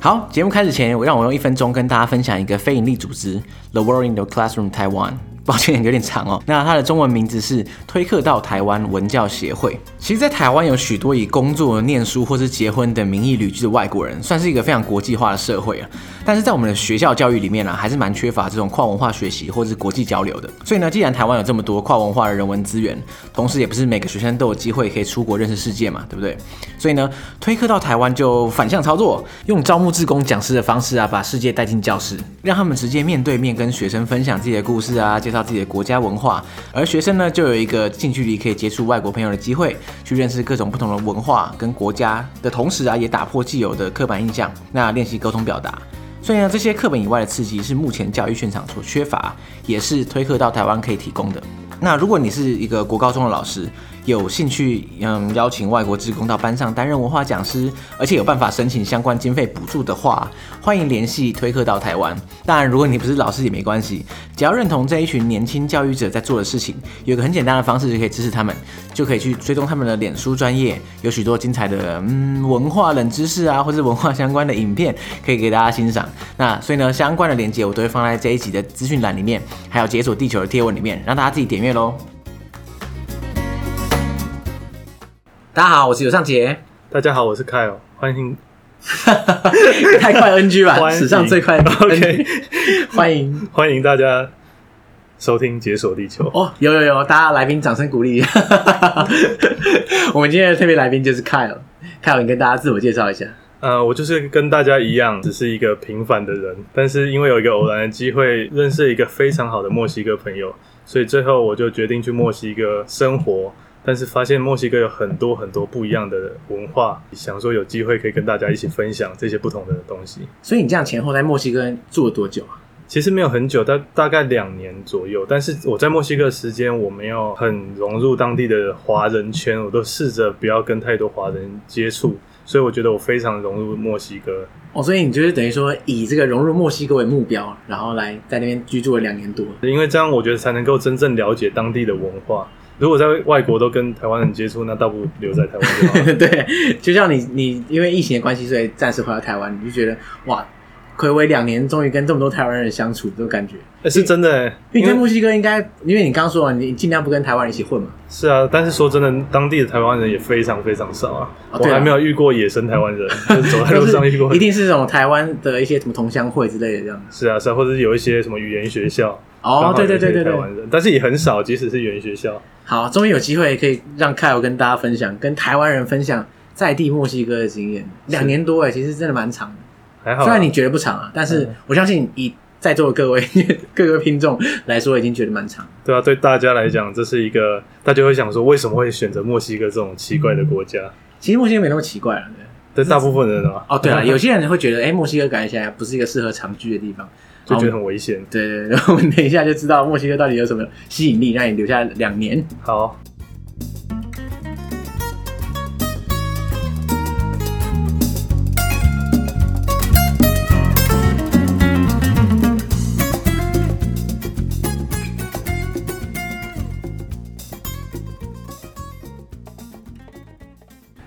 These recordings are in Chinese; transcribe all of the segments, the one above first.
好，节目开始前，我让我用一分钟跟大家分享一个非营利组织 The World in the Classroom Taiwan。抱歉，有点长哦。那它的中文名字是推客到台湾文教协会。其实，在台湾有许多以工作、念书或是结婚等名义旅居的外国人，算是一个非常国际化的社会啊。但是在我们的学校教育里面啊，还是蛮缺乏这种跨文化学习或是国际交流的。所以呢，既然台湾有这么多跨文化的人文资源，同时也不是每个学生都有机会可以出国认识世界嘛，对不对？所以呢，推客到台湾就反向操作，用招募志工讲师的方式啊，把世界带进教室，让他们直接面对面跟学生分享自己的故事啊，介绍自己的国家文化，而学生呢就有一个近距离可以接触外国朋友的机会，去认识各种不同的文化跟国家的同时啊，也打破既有的刻板印象，那练习沟通表达。所以呢，这些课本以外的刺激是目前教育现场所缺乏，也是推课到台湾可以提供的。那如果你是一个国高中的老师，有兴趣嗯邀请外国职工到班上担任文化讲师，而且有办法申请相关经费补助的话，欢迎联系推课到台湾。当然，如果你不是老师也没关系，只要认同这一群年轻教育者在做的事情，有个很简单的方式就可以支持他们，就可以去追踪他们的脸书专业，有许多精彩的嗯文化冷知识啊，或是文化相关的影片可以给大家欣赏。那所以呢，相关的链接我都会放在这一集的资讯栏里面，还有解锁地球的贴文里面，让大家自己点阅喽。大家好，我是尤尚杰，大家好，我是凯尔，欢迎 太快 NG 吧，欢迎史上最 快 OK 欢迎欢迎大家收听《解锁地球》。哦，有有有，大家来宾掌声鼓励。 我们今天的特别来宾就是 Kyle。Kyle，你跟大家自我介绍一下。呃，我就是跟大家一样，只是一个平凡的人，但是因为有一个偶然的机会认识一个非常好的墨西哥朋友，所以最后我就决定去墨西哥生活。但是发现墨西哥有很多很多不一样的文化，想说有机会可以跟大家一起分享这些不同的东西。所以你这样前后在墨西哥住了多久啊？其实没有很久，大大概两年左右。但是我在墨西哥的时间，我没有很融入当地的华人圈，我都试着不要跟太多华人接触，所以我觉得我非常融入墨西哥。哦，所以你就是等于说以这个融入墨西哥为目标，然后来在那边居住了两年多。 因为这样，我觉得才能够真正了解当地的文化。如果在外国都跟台湾人接触，那倒不如留在台湾就好 了。对，就像你你因为疫情的关系，所以暂时回到台湾，你就觉得哇，暌违两年，终于跟这么多台湾人相处，这种感觉。欸是真的、欸，因为你因在为墨西哥应该，因为你刚说了，你尽量不跟台湾人一起混 嘛。是啊，但是说真的，当地的台湾人也非常非常少啊。哦我对啊还没有遇过野生台 湾人，就是走在路上遇过就是一。定是这种台湾的一些什么同乡会之类的这样。是啊，是啊，或者是有一些什么语言学校，刚哦，好对对有一些对对台对，湾人，但是也很少，即使是语言学校，好，终于有机会可以让 Kyle 跟大家分享，跟台湾人分享在地墨西哥的经验，两年多哎，其实真的蛮长的。还好啊。虽然你觉得不长啊，但是我相信以在座的各位 各个听众来说，已经觉得蛮长。对啊，对大家来讲，这是一个大家会想说，为什么会选择墨西哥这种奇怪的国家？其实墨西哥没那么奇怪了。啊对对大部分人啊，嗯哦，对 了，有些人会觉得，哎，墨西哥感觉起来不是一个适合长居的地方。就觉得很危险。对对对，我们等一下就知道墨西哥到底有什么吸引力，让你留下两年。好，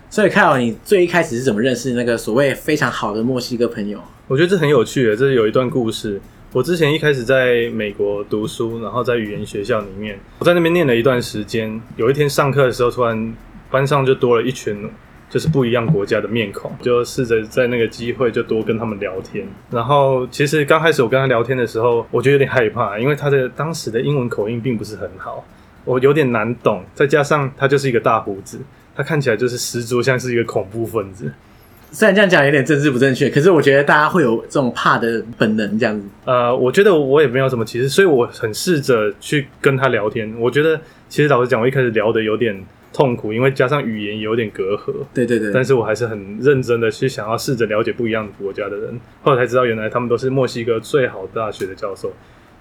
所以，凯尔，你最一开始是怎么认识那个所谓非常好的墨西哥朋友？我觉得这很有趣的，这有一段故事。我之前一开始在美国读书，然后在语言学校里面，我在那边念了一段时间。有一天上课的时候，突然班上就多了一群就是不一样国家的面孔，就试着在那个机会就多跟他们聊天。然后其实刚开始我跟他聊天的时候，我就有点害怕，因为他的当时的英文口音并不是很好，我有点难懂，再加上他就是一个大胡子，他看起来就是十足像是一个恐怖分子。虽然这样讲有点政治不正确，可是我觉得大家会有这种怕的本能，这样子。呃，我觉得我也没有什么歧视，所以我很试着去跟他聊天。我觉得其实老实讲，我一开始聊的有点痛苦，因为加上语言有点隔阂，对对对，但是我还是很认真的去想要试着了解不一样的国家的人。后来才知道，原来他们都是墨西哥最好大学的教授，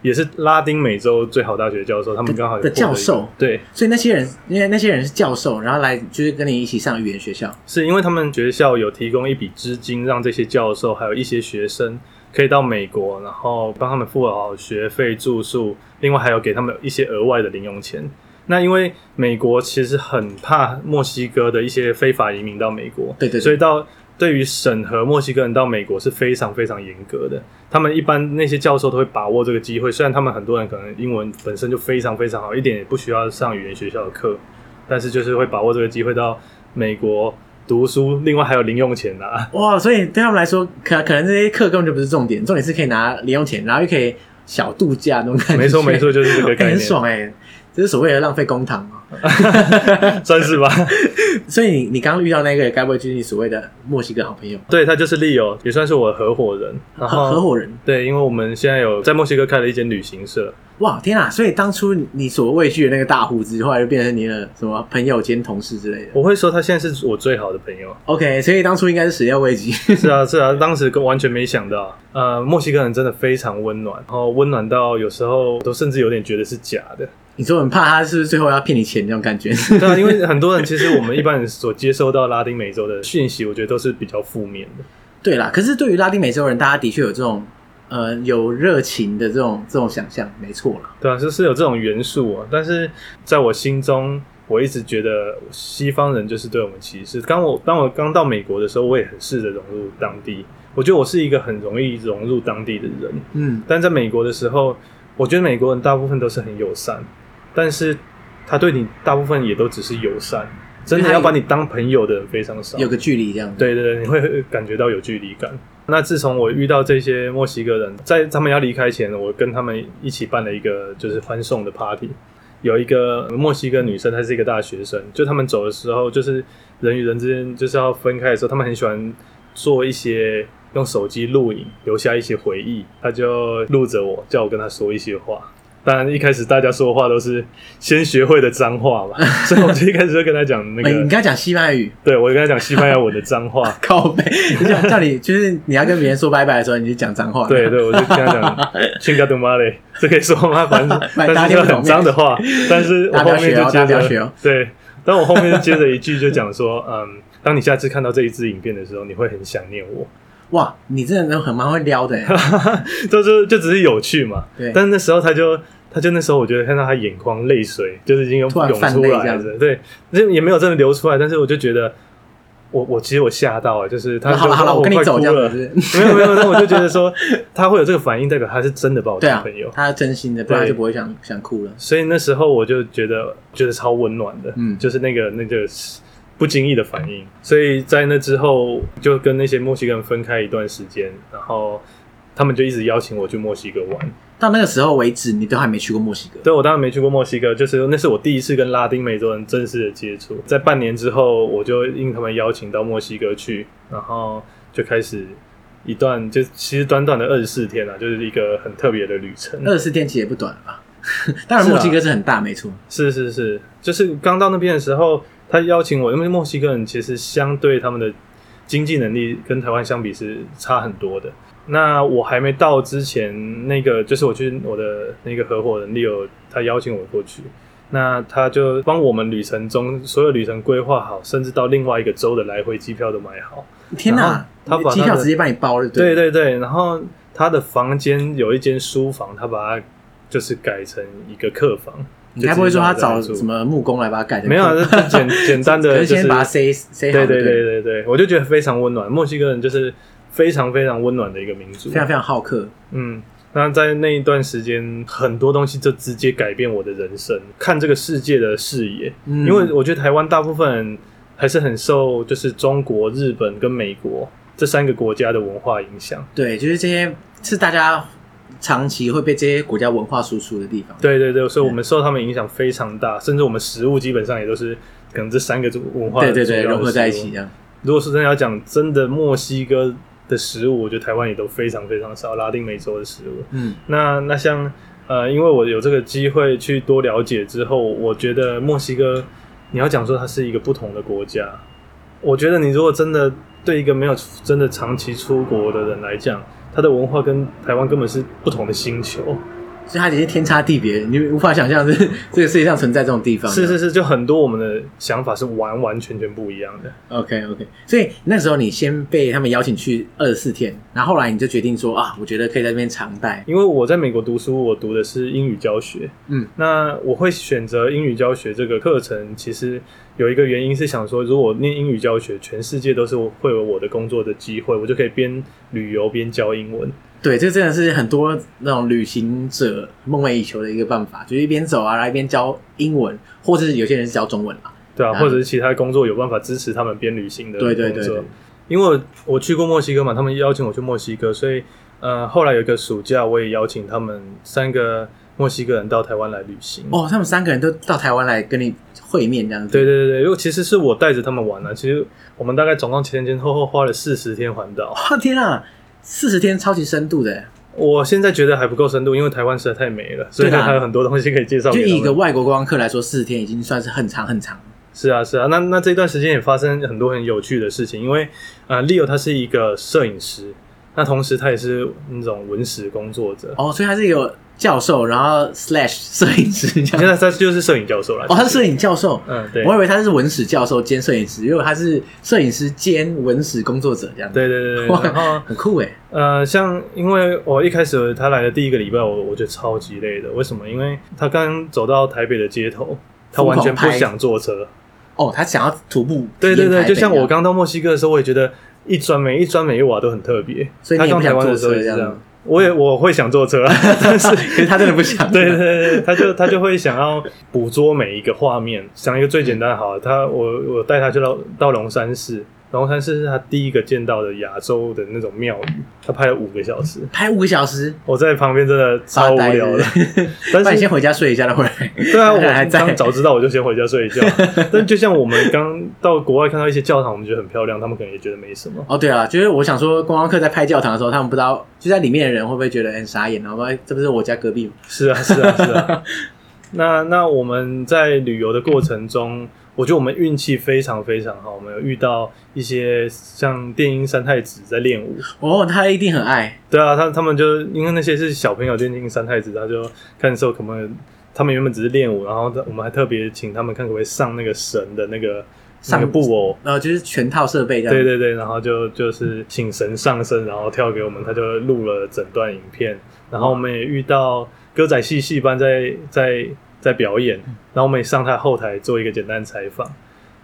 也是拉丁美洲最好大学的教授。他们刚好有的获得一个教授对，所以那些人，因为那些人是教授，然后来就是跟你一起上语言学校。是因为他们学校有提供一笔资金，让这些教授还有一些学生可以到美国，然后帮他们付好学费、住宿，另外还有给他们一些额外的零用钱。那因为美国其实很怕墨西哥的一些非法移民到美国，对对对所以到对于审核墨西哥人到美国是非常非常严格的。他们一般那些教授都会把握这个机会，虽然他们很多人可能英文本身就非常非常好，一点也不需要上语言学校的课，但是就是会把握这个机会到美国读书，另外还有零用钱拿、 哇，所以对他们来说，可可能这些课根本就不是重点，重点是可以拿零用钱，然后又可以小度假那种感觉。没错 没错，，就是这个欸、概念，很爽哎、这是所谓的浪费公堂哦。算是吧。 所以你你刚刚遇到那个，该不会就是你所谓的墨西哥好朋友、对他就是利友，也算是我的合伙人。然后合合伙人？对，因为我们现在有在墨西哥开了一间旅行社，哇，天啊！所以当初你所畏惧的那个大胡子，后来就变成你的什么朋友兼同事之类的。我会说他现在是我最好的朋友。 OK，所以当初应该是始料未及。 是啊，是啊，当时跟完全没想到，呃，墨西哥人真的非常温暖，然后温暖到有时候都甚至有点觉得是假的。你说很怕他是不是最后要骗你钱那种感觉？ 对啊，因为很多人其实我们一般人所接收到拉丁美洲的讯息，我觉得都是比较负面的。对啦，可是对于拉丁美洲人，大家的确有这种呃有热情的这种这种想象，没错啦。对啊，就是有这种元素啊。但是在我心中，我一直觉得西方人就是对我们歧视。刚我当我刚到美国的时候，我也很试着融入当地。我觉得我是一个很容易融入当地的人，嗯，但在美国的时候，我觉得美国人大部分都是很友善，但是他对你大部分也都只是友善，真的要把你当朋友的人非常少。有个距离这样子。对对对，你会感觉到有距离感。那自从我遇到这些墨西哥人，在他们要离开前，我跟他们一起办了一个就是欢送的 party。有一个墨西哥女生，她是一个大学生，就他们走的时候，就是人与人之间就是要分开的时候，他们很喜欢做一些用手机录影，留下一些回忆。她就录着我，叫我跟她说一些话。当然，一开始大家说话都是先学会的脏话嘛， 所以我就一开始就跟她讲 那哎、你个刚，刚讲西班牙 语，对我就跟她讲西班牙文的脏话。靠背， 你想叫你就是你要跟别人说拜拜的时候，你就讲脏话。 对对，我就跟他讲 “chinga tu madre”，这可以说吗？反正反正大家但是听就不懂很脏的话，但是我大后家不要面学就哦接大家不要学着哦对，但我后面就接着一句就讲说， 嗯，当你下次看到这一支影片的时候，你会很想念我。 哇，你真的很蛮会撩的欸，这就就只是有趣嘛对。但那时候他就他就那时候我觉得看到他眼眶泪水就是已经有突然涌泛出泪来这样了子，对，就也没有真的流出来，但是我就觉得。我我其实我吓到了，就是 他就好了说好了哦我跟你快走哭这样了子 是不没有没有，那我就觉得说他会有这个反应，代表他是真的把我对当啊朋友，，他真心的，不然对他就不会想想哭了。所以那时候我就觉得觉得超温暖的，嗯就是那个那个不经意的反应。所以在那之后就跟那些墨西哥人分开一段时间，然后他们就一直邀请我去墨西哥玩。到那个时候为止，你都还没去过墨西哥。对我当然没去过墨西哥，就是那是我第一次跟拉丁美洲人正式的接触。在半年之后，我就应他们邀请到墨西哥去，然后就开始一段就其实短短的二十四天啊，就是一个很特别的 旅程。二十四天其实也不短了吧？ 当然，嗯是啊墨西哥是很大，没错。是是是，就是刚到那边的时候，他邀请我，因为墨西哥人其实相对他们的经济能力跟台湾相比是差很多的。那我还没到之前，那个就是我去我的那个合伙人 Leo，他邀请我过去，那他就帮我们旅程中所有旅程规划好，甚至到另外一个州的来回机票都买好。天然后哪，他把他的机票直接帮你包了，对对对对，然后他的房间有一间书房，他把它就是改成一个客房。你该不会说他找就直接让我在那住什么木工来把它改成没有啊，这这简简单的可就是是先把它塞塞好就对对对对了，对对，我就觉得非常温暖。墨西哥人就是非常非常温暖的一个民族，非常非常好客。嗯。那在那一段时间，很多东西就直接改变我的人生，看这个世界的视野。嗯因为我觉得台湾大部分人还是很受就是中国、日本跟美国这三个国家的文化影响。对，就是这些是大家长期会被这些国家文化输出的地方。对对对，所以我们受他们影响非常大，甚至我们食物基本上也都是可能这三个文化对对主要对，的融合在一食物起这样。如果是真的要讲真的墨西哥的食物，我觉得台湾也都非常非常少，拉丁美洲的食物。嗯，那那像呃，因为我有这个机会去多了解之后，我觉得墨西哥，你要讲说它是一个不同的国家，我觉得你如果真的对一个没有出真的长期出国的人来讲，它的文化跟台湾根本是不同的星球。所以它已经天差地别，你无法想象是 这个世界上存在这种地方。是是是，就很多我们的想法是完完全全不一样的。 OK OK，所以那时候你先被他们邀请去二十四天，然后后来你就决定说啊，我觉得可以在这边常待。因为我在美国读书，我读的是英语教学。嗯，那我会选择英语教学这个课程，其实有一个原因是想说，如果念英语教学，全世界都是会有我的工作的机会，我就可以边旅游边教英文。对，这真的是很多那种旅行者梦寐以求的一个办法，就是一边走啊，然后一边教英文，或者是有些人是教中文嘛。对啊，啊或者是其他工作有办法支持他们边旅行的工对作。对对对因为我我去过墨西哥嘛，他们邀请我去墨西哥，所以呃，后来有一个暑假，我也邀请他们三个墨西哥人到台湾来旅行。哦，他们三个人都到台湾来跟你会面这样子。嗯对对对对，因为其实是我带着他们玩啊，其实我们大概总共前前后后花了四十天环岛。哇天啊，四十天超级深度的，欸我现在觉得还不够深度，因为台湾实在太美了，所以对啊还有很多东西可以介绍就给他们。以一个外国观光客来说，四十天已经算是很长很长。是啊，是啊，那那这段时间也发生很多很有趣的事情，因为呃，Leo 他是一个摄影师，那同时他也是那种文史工作者，哦，所以他是有教授，然后 slash 摄影师这现 样。在他就是摄影教授了。哦，他是其实摄影教授。嗯，对，我以为他是文史教授兼摄影师，因为他是摄影师兼文史工作者这样。，对对对对，哇然后很酷哎。呃，像因为我一开始他来的第一个礼拜，我我觉得超级累的，为什么？因为他刚走到台北的街头，他完全不疯狂拍想坐车，哦，他想要徒步。对对对，就像我刚，刚到墨西哥的时候，我也觉得一砖每一砖每一瓦都很特别。所以你他也刚不台想湾坐的时候车也是这这样样子。，我也我会想坐车啦，但是可是他真的不想。对对对，对他就他就会想要捕捉每一个画面。想一个最简单的好了，他我我带他去到到龙山寺，龙山寺是他第一个见到的亚洲的那种庙宇，他拍了五个小时。拍五个小时，我在旁边真的超无发呆聊的，是不是 但那是你先回家睡一下，再回来。 对啊，我还在刚早知道我就先回家 睡一觉。但就像我们刚到国外看到一些教堂，我们觉得很漂亮，他们可能也觉得没什么。哦，对啊，就是我想说，观光客在拍教堂的时候，他们不知道，就在里面的人会不会觉得很傻眼，然后说哎这不是我家隔壁吗？是啊，是啊，是啊。那那我们在旅游的过程中，我觉得我们运气非常非常好，我们有遇到一些像电音三太子在练舞。哦，他一定很爱。对啊，他他们就因为那些是小朋友电音三太子，他就看的时候可能他们原本只是练舞，然后我们还特别请他们看可不可以上那个神的那个上那个布偶。然后就是全套设备这样。对对对，然后就就是请神上身，然后跳给我们，他就录了整段影片。然后我们也遇到歌仔戏戏班在在在表演，嗯然后我们也上他后台做一个简单采访。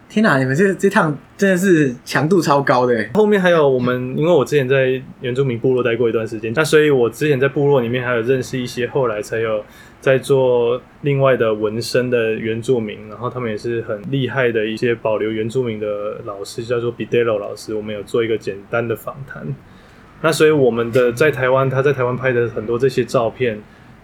天哪，你们这这趟真的是强度超高的耶。欸后面还有我们，因为我之前在原住民部落待过一段时间，那所以我之前在部落里面还有认识一些后来才有在做另外的纹身的原住民，然后他们也是很厉害的一些保留原住民的老师，叫做 Bidelo 老师，我们有做一个简单的访谈。那所以我们的在台湾，他在台湾拍的很多这些照片，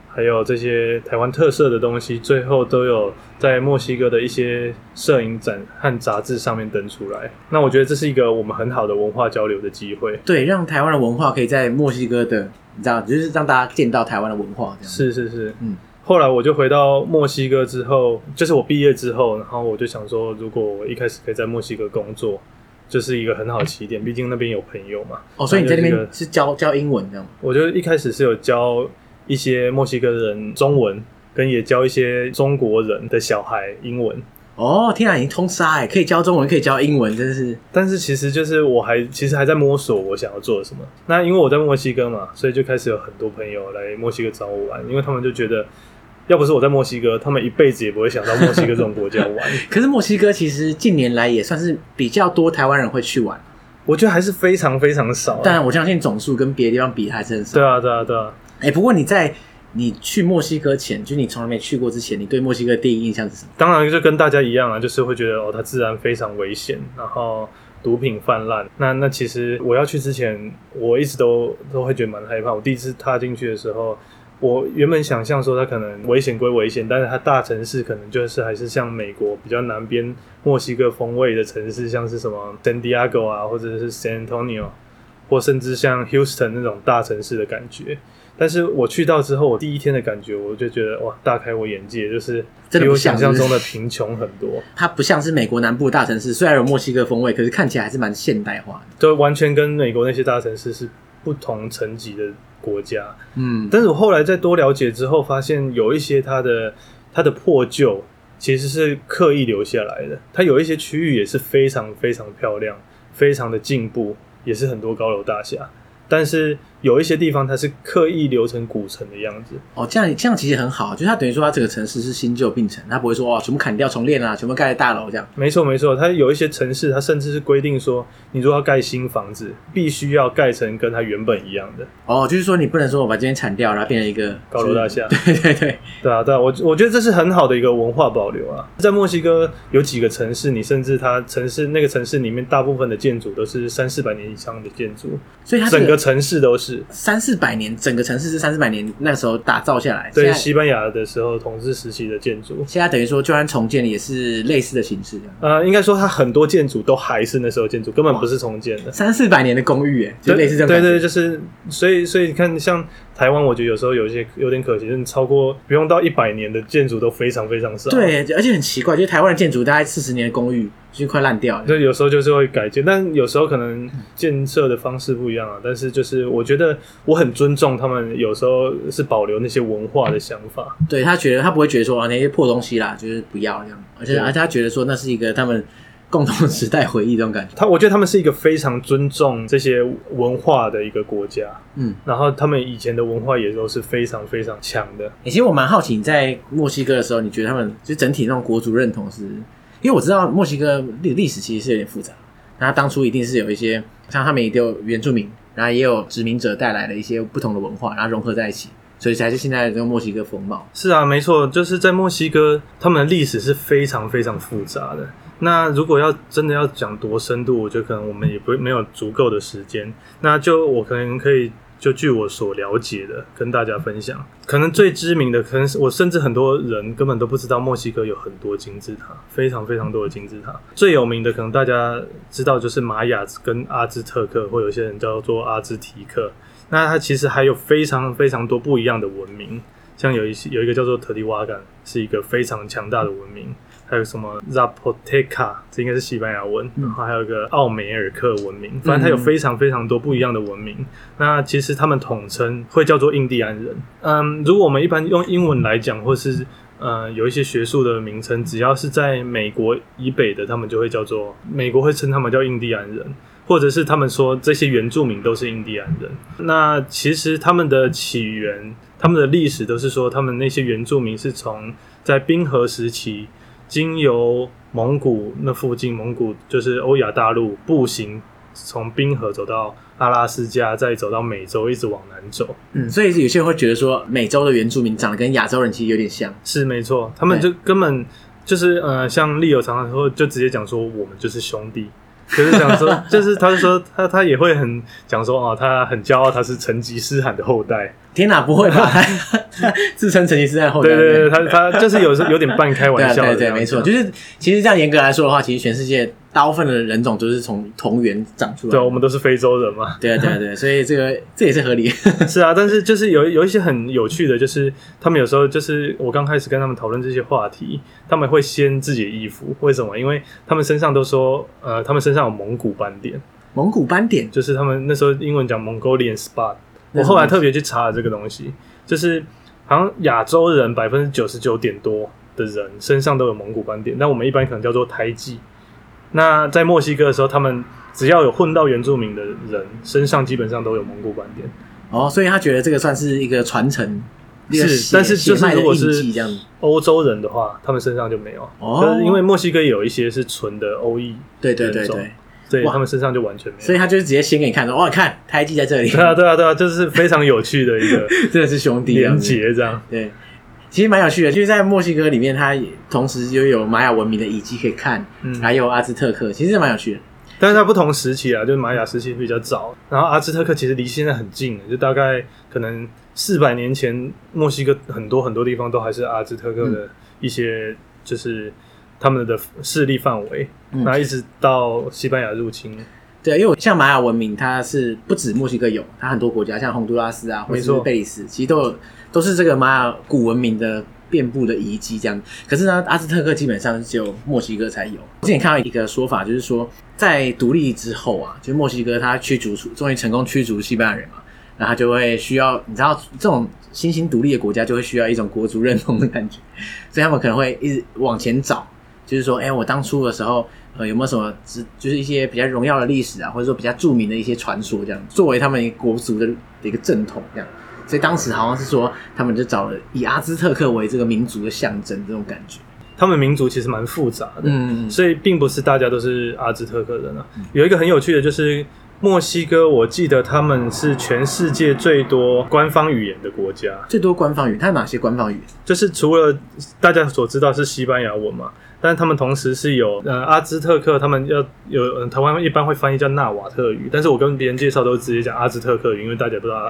还有这些台湾特色的东西，最后都有在墨西哥的一些摄影展和杂志上面登出来。那我觉得这是一个我们很好的文化交流的机会。对，让台湾的文化可以在墨西哥的，你知道，就是让大家见到台湾的文化这样。是是是，嗯。后来我就回到墨西哥之后，就是我毕业之后，然后我就想说，如果我一开始可以在墨西哥工作，就是一个很好的起点，毕竟那边有朋友嘛。哦，所以你在那然后边就是教教英文这样吗？我就一开始是有教一些墨西哥人中文，跟也教一些中国人的小孩英文。哦，天哪，你通杀哎，可以教中文，可以教英文，真是但是其实就是我还其实还在摸索我想要做什么。那因为我在墨西哥嘛，所以就开始有很多朋友来墨西哥找我玩，因为他们就觉得，要不是我在墨西哥，他们一辈子也不会想到墨西哥这种国家玩。可是墨西哥其实近年来也算是比较多台湾人会去玩，我觉得还是非常非常少、但我相信总数跟别的地方比还是很少。对啊，对啊，对啊。哎，不过你在你去墨西哥前，就你从来没去过之前，你对墨西哥的第一印象是什么？当然就跟大家一样啊，就是会觉得哦，它治安非常危险，然后毒品泛滥。那那其实我要去之前，我一直都都会觉得蛮害怕。我第一次踏进去的时候，我原本想象说它可能危险归危险，但是它大城市可能就是还是像美国比较南边墨西哥风味的城市，像是什么 San Diego 啊，或者是 San Antonio，或甚至像 Houston 那种大城市的感觉。但是我去到之后，我第一天的感觉，我就觉得哇，大开我眼界，就是真的比不我像想象是不中是的贫穷很多，它不像是美国南部的大城市，虽然有墨西哥风味，可是看起来还是蛮现代化的。就完全跟美国那些大城市是不同层级的国家。嗯，但是我后来再多了解之后，发现有一些它的它的破旧其实是刻意留下来的，它有一些区域也是非常非常漂亮，非常的进步，也是很多高楼大厦。但是有一些地方它是刻意留成古城的样子，哦，这样这样其实很好，就是它等于说它这个城市是新旧并存，它不会说哦全部砍掉重练啊，全部盖大楼这样。没错，没错，它有一些城市，它甚至是规定说，你如果要盖新房子，必须要盖成跟它原本一样的哦，就是说你不能说我把这边铲掉，然后变成一个高楼大。厦。就是 对对对，对啊，对啊，我我觉得这是很好的一个文化保留啊。在墨西哥有几个城市，你甚至它城市那个城市里面大部分的建筑都是三四百年以上的建筑，所以它这整个城市都是。三四百年，整个城市是三四百年那时候打造下来。对现在西班牙的时候统治时期的建筑，现在等于说，就算重建也是类似的形式这啊样。呃，应该说它很多建筑都还是那时候建筑，根本不是重建的。三四百年的公寓，哎，就对类似这种对感觉。对，就是所以所以你看，像台湾，我觉得有时候有一些有点可惜，就是超过不用到一百年的建筑都非常非常少。，对，而且很奇怪，就是台湾的建筑大概四十年的公寓就快烂掉了。所以有时候就是会改建，但有时候可能建设的方式不一样啊。但是就是我觉得我很尊重他们，有时候是保留那些文化的想法。对他觉得他不会觉得说啊那些破东西啦，就是不要这样，而且对而且他觉得说那是一个他们共同时代回忆这种感觉。他我觉得他们是一个非常尊重这些文化的一个国家，嗯，然后他们以前的文化也都是非常非常强的。欸，其实我蛮好奇，你在墨西哥的时候，你觉得他们就整体那种国族认同是？因为我知道墨西哥历历史其实是有点复杂，那当初一定是有一些像他们也有原住民，然后也有殖民者带来的一些不同的文化，然后融合在一起，所以才是现在的这个墨西哥风貌。是啊，没错，就是在墨西哥，他们的历史是非常非常复杂的。那如果要真的要讲多深度，我觉得可能我们也不没有足够的时间。那就我可能可以就据我所了解的跟大家分享，可能最知名的，可能是我甚至很多人根本都不知道墨西哥有很多金字塔，非常非常多的金字塔。最有名的可能大家知道就是玛雅跟阿兹特克，或有些人叫做阿兹提克。那它其实还有非常非常多不一样的文明。像有一些有一个叫做特迪瓦干，是一个非常强大的文明，还有什么 Zapoteca，这应该是西班牙文，然后还有一个奥梅尔克文明，反正它有非常非常多不一样的文明。那其实他们统称会叫做印第安人。嗯，如果我们一般用英文来讲，或是呃有一些学术的名称，只要是在美国以北的，他们就会叫做美国会称他们叫印第安人。或者是他们说这些原住民都是印第安人。那其实他们的起源、他们的历史都是说，他们那些原住民是从在冰河时期，经由蒙古那附近，蒙古就是欧亚大陆步行，从冰河走到阿拉斯加，再走到美洲，一直往南走。嗯，所以有些人会觉得说，美洲的原住民长得跟亚洲人其实有点像。是没错，他们就根本就是呃，像丽友常常说，就直接讲说我们就是兄弟，就是 讲说，就是他就说他他也会很讲说哦，他很骄傲，他是成吉思汗的后代，天哪，不会 吧？自称成吉思汗后代对的人。对对，他他就是有时有点半开对玩啊笑的对这对，样没子错，就是其实这样严格来说的话，其实全世界大部分的人种都是从同源长出来对，的。我们都是非洲人嘛，对啊，对啊，对啊，所以这个这也是合理。 是啊，但是就是有有一些很有趣的，就是他们有时候就是我刚开始跟他们讨论这些话题，他们会掀自己的衣服，为什么？因为他们身上都说呃，他们身上有蒙古斑点。蒙古斑点，就是他们那时候英文讲 Mongolian spot。那我是后来特别去查了这个东西，就是好像亚洲人百分之九十九点多的人身上都有蒙古斑点，那我们一般可能叫做胎记。那在墨西哥的时候，他们只要有混到原住民的人身上，基本上都有蒙古斑点。哦，所以他觉得这个算是一个传承，一个是血但是就是血脉的如果是印记这样，欧洲人的话，他们身上就没有，哦就是因为墨西哥有一些是纯的欧裔，对对对人种对，所以哇他们身上就完全没有。所以他就是直接先给你看说，哇，看胎记在这里，对啊，对啊，对啊，这是非常有趣的一个 真的是兄弟这样连子。结，这样。对，其实蛮有趣的，就是在墨西哥里面，它也同时又有玛雅文明的遗迹可以看，嗯还有阿兹特克，其实蛮有趣的。但是它不同时期啊，就是玛雅时期比较早，然后阿兹特克其实离现在很近了，就大概可能四百年前，墨西哥很多很多地方都还是阿兹特克的一些，就是他们的势力范围。嗯那、一直到西班牙入侵，对，因为像玛雅文明，它是不止墨西哥有，它很多国家像洪都拉斯啊，或者没是错贝里斯，其实都有都是这个玛雅古文明的遍布的遗迹这样。可是呢，阿兹特克基本上只有墨西哥才有。之前看到一个说法，就是说在独立之后啊，就是墨西哥它驱逐出，终于成功驱逐西班牙人嘛。然后他就会需要，你知道这种新兴独立的国家就会需要一种国族认同的感觉，所以他们可能会一直往前找，就是说，哎、我当初的时候，呃，有没有什么只就是一些比较荣耀的历史啊，或者说比较著名的一些传说，这样作为他们国族的的一个正统这样。所以当时好像是说，他们就找了以阿兹特克为这个民族的象征，这种感觉。他们民族其实蛮复杂的，嗯，所以并不是大家都是阿兹特克人啊。有一个很有趣的，就是墨西哥，我记得他们是全世界最多官方语言的国家，最多官方语，它有哪些官方语？就是除了大家所知道是西班牙文嘛，但是他们同时是有呃阿兹特克，他们要有、呃、台湾一般会翻译叫纳瓦特语，但是我跟别人介绍都直接讲阿兹特克语，因为大家不知道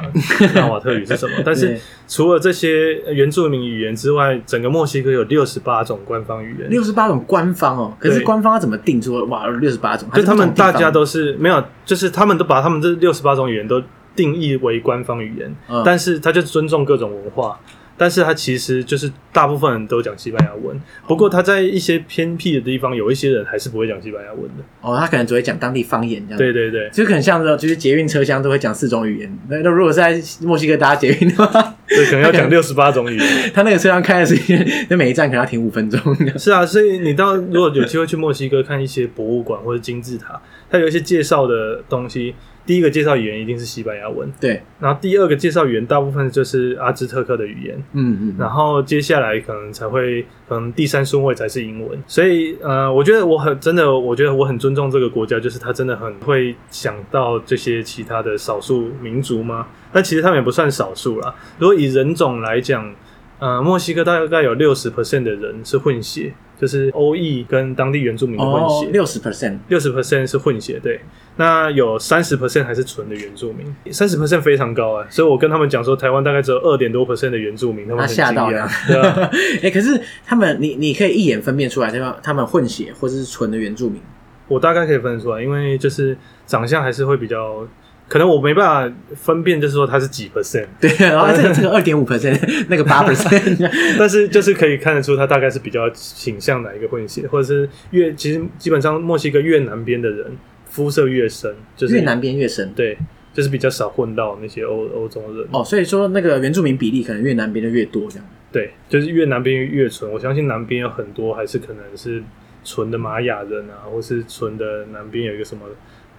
纳瓦特语是什么。但是对除了这些原住民语言之外，整个墨西哥有六十八种官方语言，六十八种官方哦，可是对官方要怎么定出哇六十八种？就他们大家都都是没有，就是他们都把他们这六十八种语言都定义为官方语言，嗯但是他就尊重各种文化。但是他其实就是大部分人都讲西班牙文，不过他在一些偏僻的地方，有一些人还是不会讲西班牙文的。哦，他可能只会讲当地方言这样。对，对对，就很像这种，就是捷运车厢都会讲四种语言。那那如果是在墨西哥搭捷运的话，所以可能要讲六十八种语 言。他那个车厢开的时间，那每一站可能要停五分钟。是啊，所以你到如果有机会去墨西哥看一些博物馆或者金字塔，它有一些介绍的东西，第一个介绍语言一定是西班牙文，对，然后第二个介绍语言大部分就是阿兹特克的语言。嗯嗯，然后接下来可能才会，可能第三顺位才是英文。所以，呃，我觉得我很真的，我觉得我很尊重这个国家，就是他真的很会想到这些其他的少数民族吗？但其实他们也不算少数啦。如果以人种来讲，呃，墨西哥大概有六十 percent 的人是混血，就是欧裔跟当地原住民的混哦血，。六十 percent，六十 percent 是混血，对，那有三十 percent 还是纯的原住民，三十 percent 非常高啊、所以我跟他们讲说，台湾大概只有二点多 percent 的原住民，他们他很惊吓到讶了，。 对啊，哎，可是他们，你你可以一眼分辨出来，他们他们混血或者是纯的原住民。我大概可以分得出来，因为就是长相还是会比较，可能我没办法分辨，就是说他是几 percent， 对，然后这个这个二点五 percent，那个八 percent，但是就是可以看得出他大概是比较倾向哪一个混血，或者是越其实基本上墨西哥越南边的人肤色越深，就是越南边越深。对，就是比较少混到那些欧欧洲人，哦，所以说那个原住民比例可能越南边的越多这样。对，就是越南边越纯。我相信南边有很多还是可能是纯的玛雅人啊，或是纯的南边有一个什么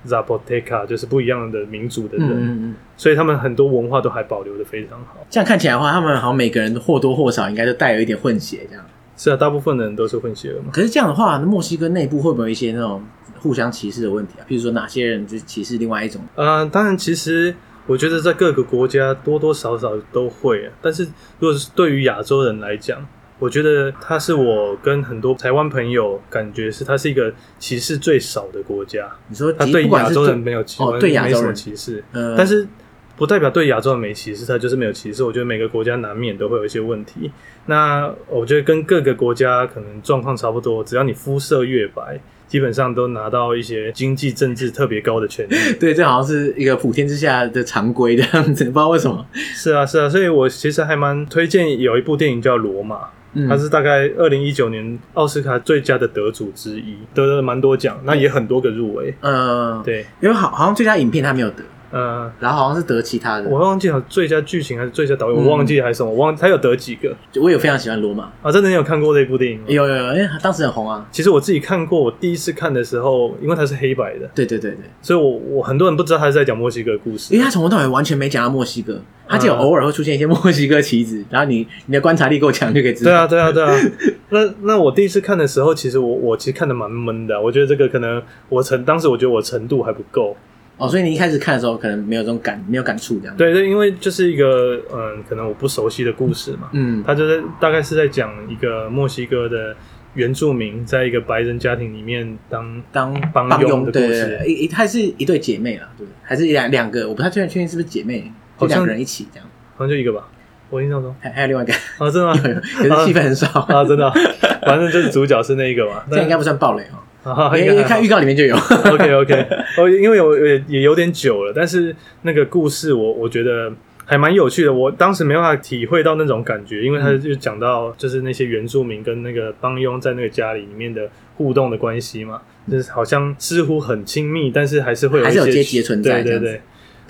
Zapoteca，就是不一样的民族的人。嗯，所以他们很多文化都还保留的非常好。这样看起来的话，他们好像每个人或多或少应该都带有一点混血这样。是啊，大部分人都是混血儿嘛。可是这样的话，那墨西哥内部会不会有一些那种互相歧视的问题啊？比如说哪些人就歧视另外一种？呃，当然，其实我觉得在各个国家多多少少都会、啊，但是如果是对于亚洲人来讲，我觉得它是我跟很多台湾朋友感觉是它是一个歧视最少的国家，你说它歧啊对不管亚是洲人没有歧哦对亚没洲什么人歧视，呃，但是不代表对亚洲人没歧视，他就是没有歧视。我觉得每个国家难免都会有一些问题。那我觉得跟各个国家可能状况差不多，只要你肤色越白，基本上都拿到一些经济政治特别高的权利。 对，这好像是一个普天之下的常规这样子，不知 道为什么。是啊，是啊，所以我其实还蛮推荐有一部电影叫《罗马》。嗯它是大概二零一九年奥斯卡最佳的得主之一，得了蛮多奖，那也很多个入围。呃，对，因为好好像最佳影片他没有得，呃，然后好像是得其他的。我我忘记了最佳剧情还是最佳导演，我忘记了还是什么，我忘他有得几个我有非常喜欢罗马，啊？真的你有看过这部电影吗？有有有，因为当时很红啊。其实我自己看过，我第一次看的时候，因为它是黑白的，对对对对，所以我我很多人不知道他是在讲墨西哥故事因为。他从头到尾完全没讲到墨西哥，他只有嗯偶尔会出现一些墨西哥棋子，然后你你的观察力够强就可以知对道。啊，对啊，对啊。 那那我第一次看的时候，其实我我其实看的蛮闷的啊，我觉得这个可能我程当时我觉得我程度还不够。哦，所以你一开始看的时候可能没有这种感，没有感触这样。，对对，因为就是一个嗯，可能我不熟悉的故事嘛。嗯，他就是大概是在讲一个墨西哥的原住民在一个白人家庭里面当当帮帮佣的对故对事对，一一她是一对姐妹啦，对，还是两两个，我不太确定确定是不是姐妹，就好像两个人一起这样，好像就一个吧，我印象中还还有另外一个， 啊，真的有有吗可是戏份很少，啊，真的啊，反正就是主角是那一个嘛。 这样应该不算暴雷哦，啊，因应为因为该还好看预告里面就有， OK OK，哦，因为我也也有点久了，但是那个故事我我觉得还蛮有趣的。我当时没办法体会到那种感觉，因为他就讲到就是那些原住民跟那个帮佣在那个家里里面的互动的关系嘛，就是好像似乎很亲密，但是还是会有一还是有些阶级的存在对对这对。对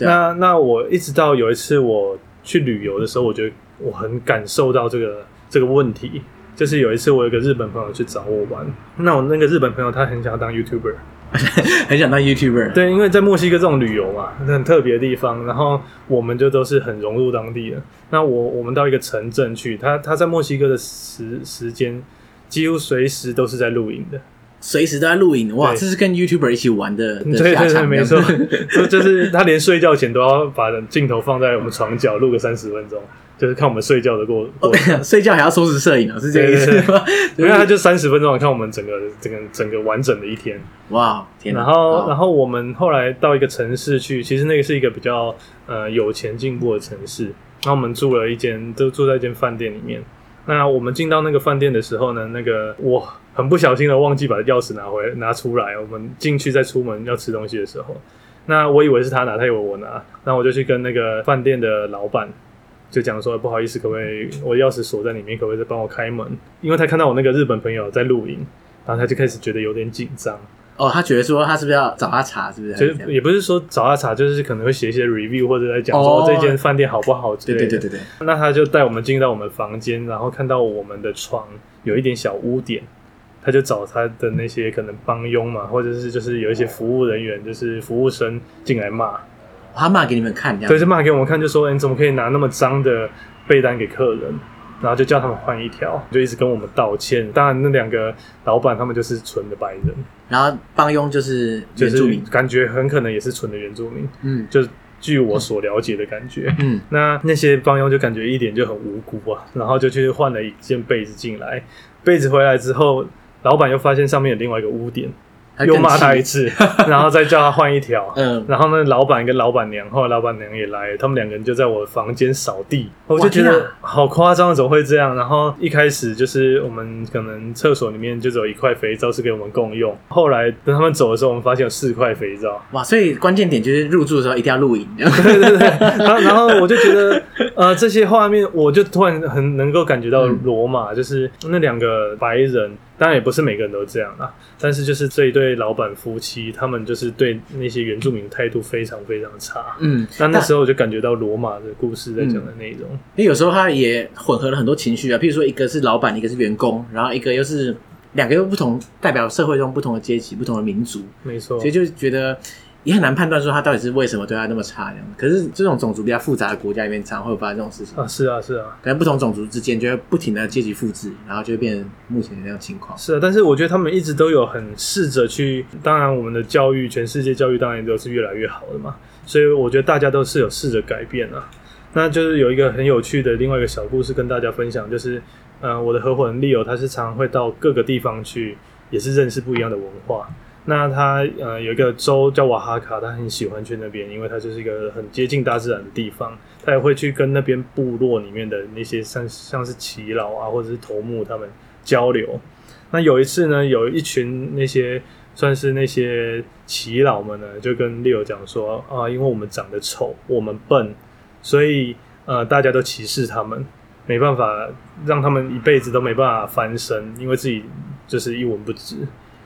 那那我一直到有一次我去旅游的时候，我觉得我很感受到这个这个问题。就是有一次我有一个日本朋友去找我玩，那我那个日本朋友他很想要当 YouTuber，很想当 YouTuber。对，因为在墨西哥这种旅游嘛，很特别的地方，然后我们就都是很融入当地的。那我我们到一个城镇去，他他在墨西哥的时时间几乎随时都是在露营的，随时都在录影，哇，对嗯这是跟 YouTuber 一起玩的的对下对对，场，没这错 样子， 就就是他连睡觉前都要把镜头放在我们床角录个三十分钟，就是看我们睡觉的过过 程。睡觉还要收拾摄影哦，是这个意对对思吗？ 因为他就三十分钟看我们整个整个整个完整的一天。哇，天哪！然后，然后后我们后来到一个城市去，其实那个是一个比较呃有钱进步的城市。然后我们住了一间，都住在一间饭店里面。那我们进到那个饭店的时候呢，那个我很不小心的忘记把钥匙拿回拿出来。我们进去再出门要吃东西的时候，那我以为是他拿，他以为我拿，然后我就去跟那个饭店的老板就讲说，不好意思，可不可以我钥匙锁在里面，可不可以再帮我开门？因为他看到我那个日本朋友在露营，然后他就开始觉得有点紧张。哦，他觉得说他是不是要找他查，是不是？还就是这是样也不是说找他查，就是可能会写一些 review 或者在讲哦说这间饭店好不好之对类的。对对对对，那他就带我们进到我们房间，然后看到我们的床有一点小污点，他就找他的那些可能帮佣嘛，或者是就是有一些服务人员，就是服务生进来骂，嗯他骂给你们看，这样对，子就骂给我们看，就说、哎你怎么可以拿那么脏的被单给客人？然后就叫他们换一条，就一直跟我们道歉。当然，那两个老板他们就是纯的白人，然后帮佣就是就原住是民，感觉很可能也是纯的原住民。嗯就是据我所了解的感觉。 嗯，那那些帮佣就感觉一点就很无辜啊，然后就去换了一件被子进来，被子回来之后，老板又发现上面有另外一个污点，他又更骂气 他一，次，然后再叫他换一条。嗯，然后呢，老板跟老板娘，后来老板娘也来了，他们两个人就在我房间扫地，我就觉天得啊好夸张，怎么会这样？然后一开始就是我们可能厕所里面就只有一块肥皂是给我们共用，后来等他们走的时候，我们发现有四块肥皂，哇，所以关键点就是入住的时候一定要录影， 对对对，然后然后我就觉得，呃，这些画面，我就突然很能够感觉到罗马，就是那两个白人，当然也不是每个人都这样啊，但是就是这一对老板夫妻，他们就是对那些原住民的态度非常非常差。嗯，那那时候我就感觉到罗马的故事在讲的内容，因为有时候他也混合了很多情绪啊，譬如说一个是老板，一个是员工，然后一个又是两个又不同，代表社会中不同的阶级、不同的民族，没错所以。就觉得也很难判断说他到底是为什么对他那么差这样。可是这种种族比较复杂的国家里面，常常会有发生这种事情，啊，是啊，是啊，可能不同种族之间就会不停的阶级复制，然后就会变成目前的那样情况。是啊，但是我觉得他们一直都有很试着去，当然我们的教育，全世界教育当然都是越来越好的嘛，所以我觉得大家都是有试着改变啊。那就是有一个很有趣的另外一个小故事跟大家分享，就是，呃，我的合伙人 Leo 他是常常会到各个地方去，也是认识不一样的文化。那他呃有一个州叫瓦哈卡，他很喜欢去那边，因为他就是一个很接近大自然的地方。他也会去跟那边部落里面的那些像像是耆老啊，或者是头目他们交流。那有一次呢，有一群那些算是那些耆老们呢，就跟 Leo 讲说啊，因为我们长得丑，我们笨，所以呃大家都歧视他们，没办法让他们一辈子都没办法翻身，因为自己就是一文不值。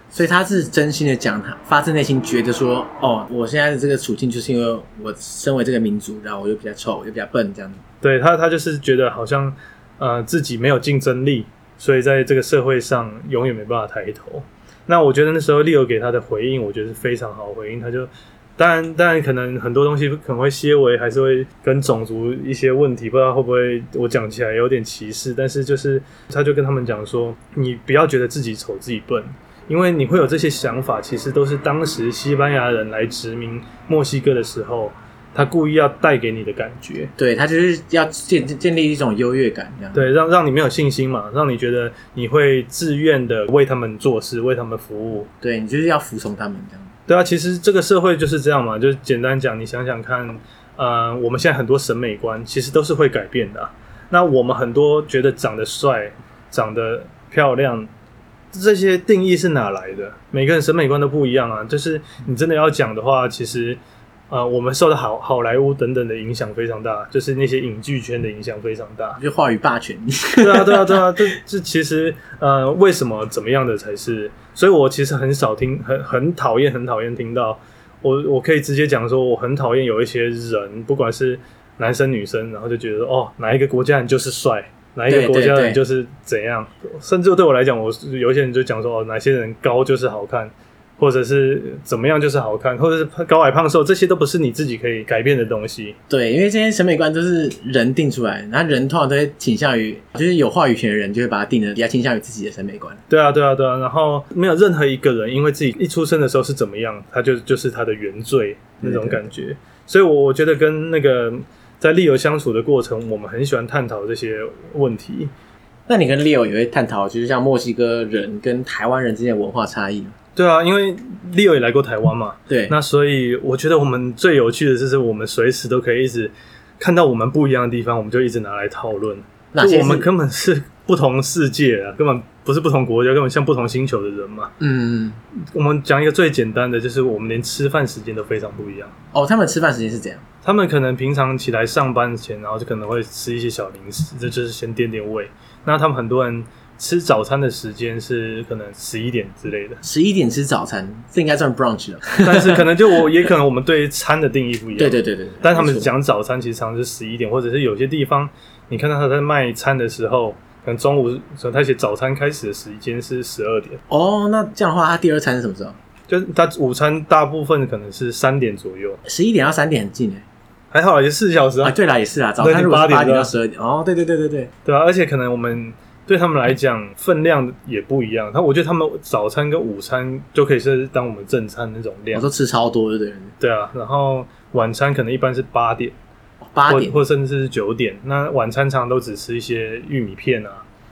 所以他是真心的讲，他发自内心觉得说，哦，我现在的这个处境就是因为我身为这个民族，然后我又比较臭，我又比较笨这样子。对他，他就是觉得好像呃自己没有竞争力，所以在这个社会上永远没办法抬头。那我觉得那时候 Leo 给他的回应，我觉得是非常好的回应。他就当然，当然可能很多东西可能会些微，还是会跟种族一些问题，不知道会不会我讲起来有点歧视。但是就是他就跟他们讲说，你不要觉得自己丑自己笨。因为你会有这些想法，其实都是当时西班牙人来殖民墨西哥的时候，他故意要带给你的感觉。对他就是要建建立一种优越感这样。对，让让你没有信心嘛，让你觉得你会自愿的为他们做事，为他们服务。对你就是要服从他们这样。对啊，其实这个社会就是这样嘛，就是简单讲，你想想看，呃，我们现在很多审美观其实都是会改变的啊、那我们很多觉得长得帅、长得漂亮，这些定义是哪来的？每个人审美观都不一样啊。就是你真的要讲的话，其实。呃，我们受到好好莱坞等等的影响非常大，就是那些影剧圈的影响非常大。就话语霸权，对啊，对啊，对啊，这这其实呃，为什么怎么样的才是？所以我其实很少听，很很讨厌，很讨厌听到我我可以直接讲说，我很讨厌有一些人，不管是男生女生，然后就觉得哦，哪一个国家人就是帅，哪一个对国家对对人就是怎样，甚至对我来讲，我有一些人就讲说哦，哪些人高就是好看。或者是怎么样就是好看，或者是高矮胖瘦，这些都不是你自己可以改变的东西。对，因为这些审美观都是人定出来，然后人通常都会倾向于，就是有话语权的人就会把它定的比较倾向于自己的审美观。对啊，对啊，对啊。然后没有任何一个人因为自己一出生的时候是怎么样，他就就是他的原罪那种感觉。所以，我我觉得跟那个在利友相处的过程，我们很喜欢探讨这些问题。那你跟 Leo 也会探讨，就是像墨西哥人跟台湾人之间的文化差异吗。对啊，因为利友也来过台湾嘛，对，那所以我觉得我们最有趣的就是我们随时都可以一直看到我们不一样的地方，我们就一直拿来讨论。哪就些我们是根本是不同世界啊，根本不是不同国家，根本像不同星球的人嘛。嗯我们讲一个最简单的，就是我们连吃饭时间都非常不一样。哦，他们吃饭时间是怎样？，他们可能平常起来上班前，然后就可能会吃一些小零食，这就是先垫垫胃。那他们很多人吃早餐的时间是可能十一点之类的 十一点吃早餐，这应该算 brunch 了。但是可能就我也可能我们对餐的定义不一样。对对对对，对但他们没错讲早餐其实常常是十一点，或者是有些地方你看到他在卖餐的时候，可能中午他写早餐开始的时间是十二点，哦，那这样的话，他第二餐是什么时候？就是他午餐大部分可能是三点左右，十一点到三点很近哎。还好啦也四小时啊啊，，对啦，也是啦，早餐如果是八点到十二点，哦，对对对对对，对啊，而且可能我们对他们来讲分量也不一样。他我觉得他们早餐跟午餐就可以是当我们正餐那种我量说，吃超多，对对对，对啊。然后晚餐可能一般是八点，八或点或甚至是九点。那晚餐常常都只吃一些玉米片啊，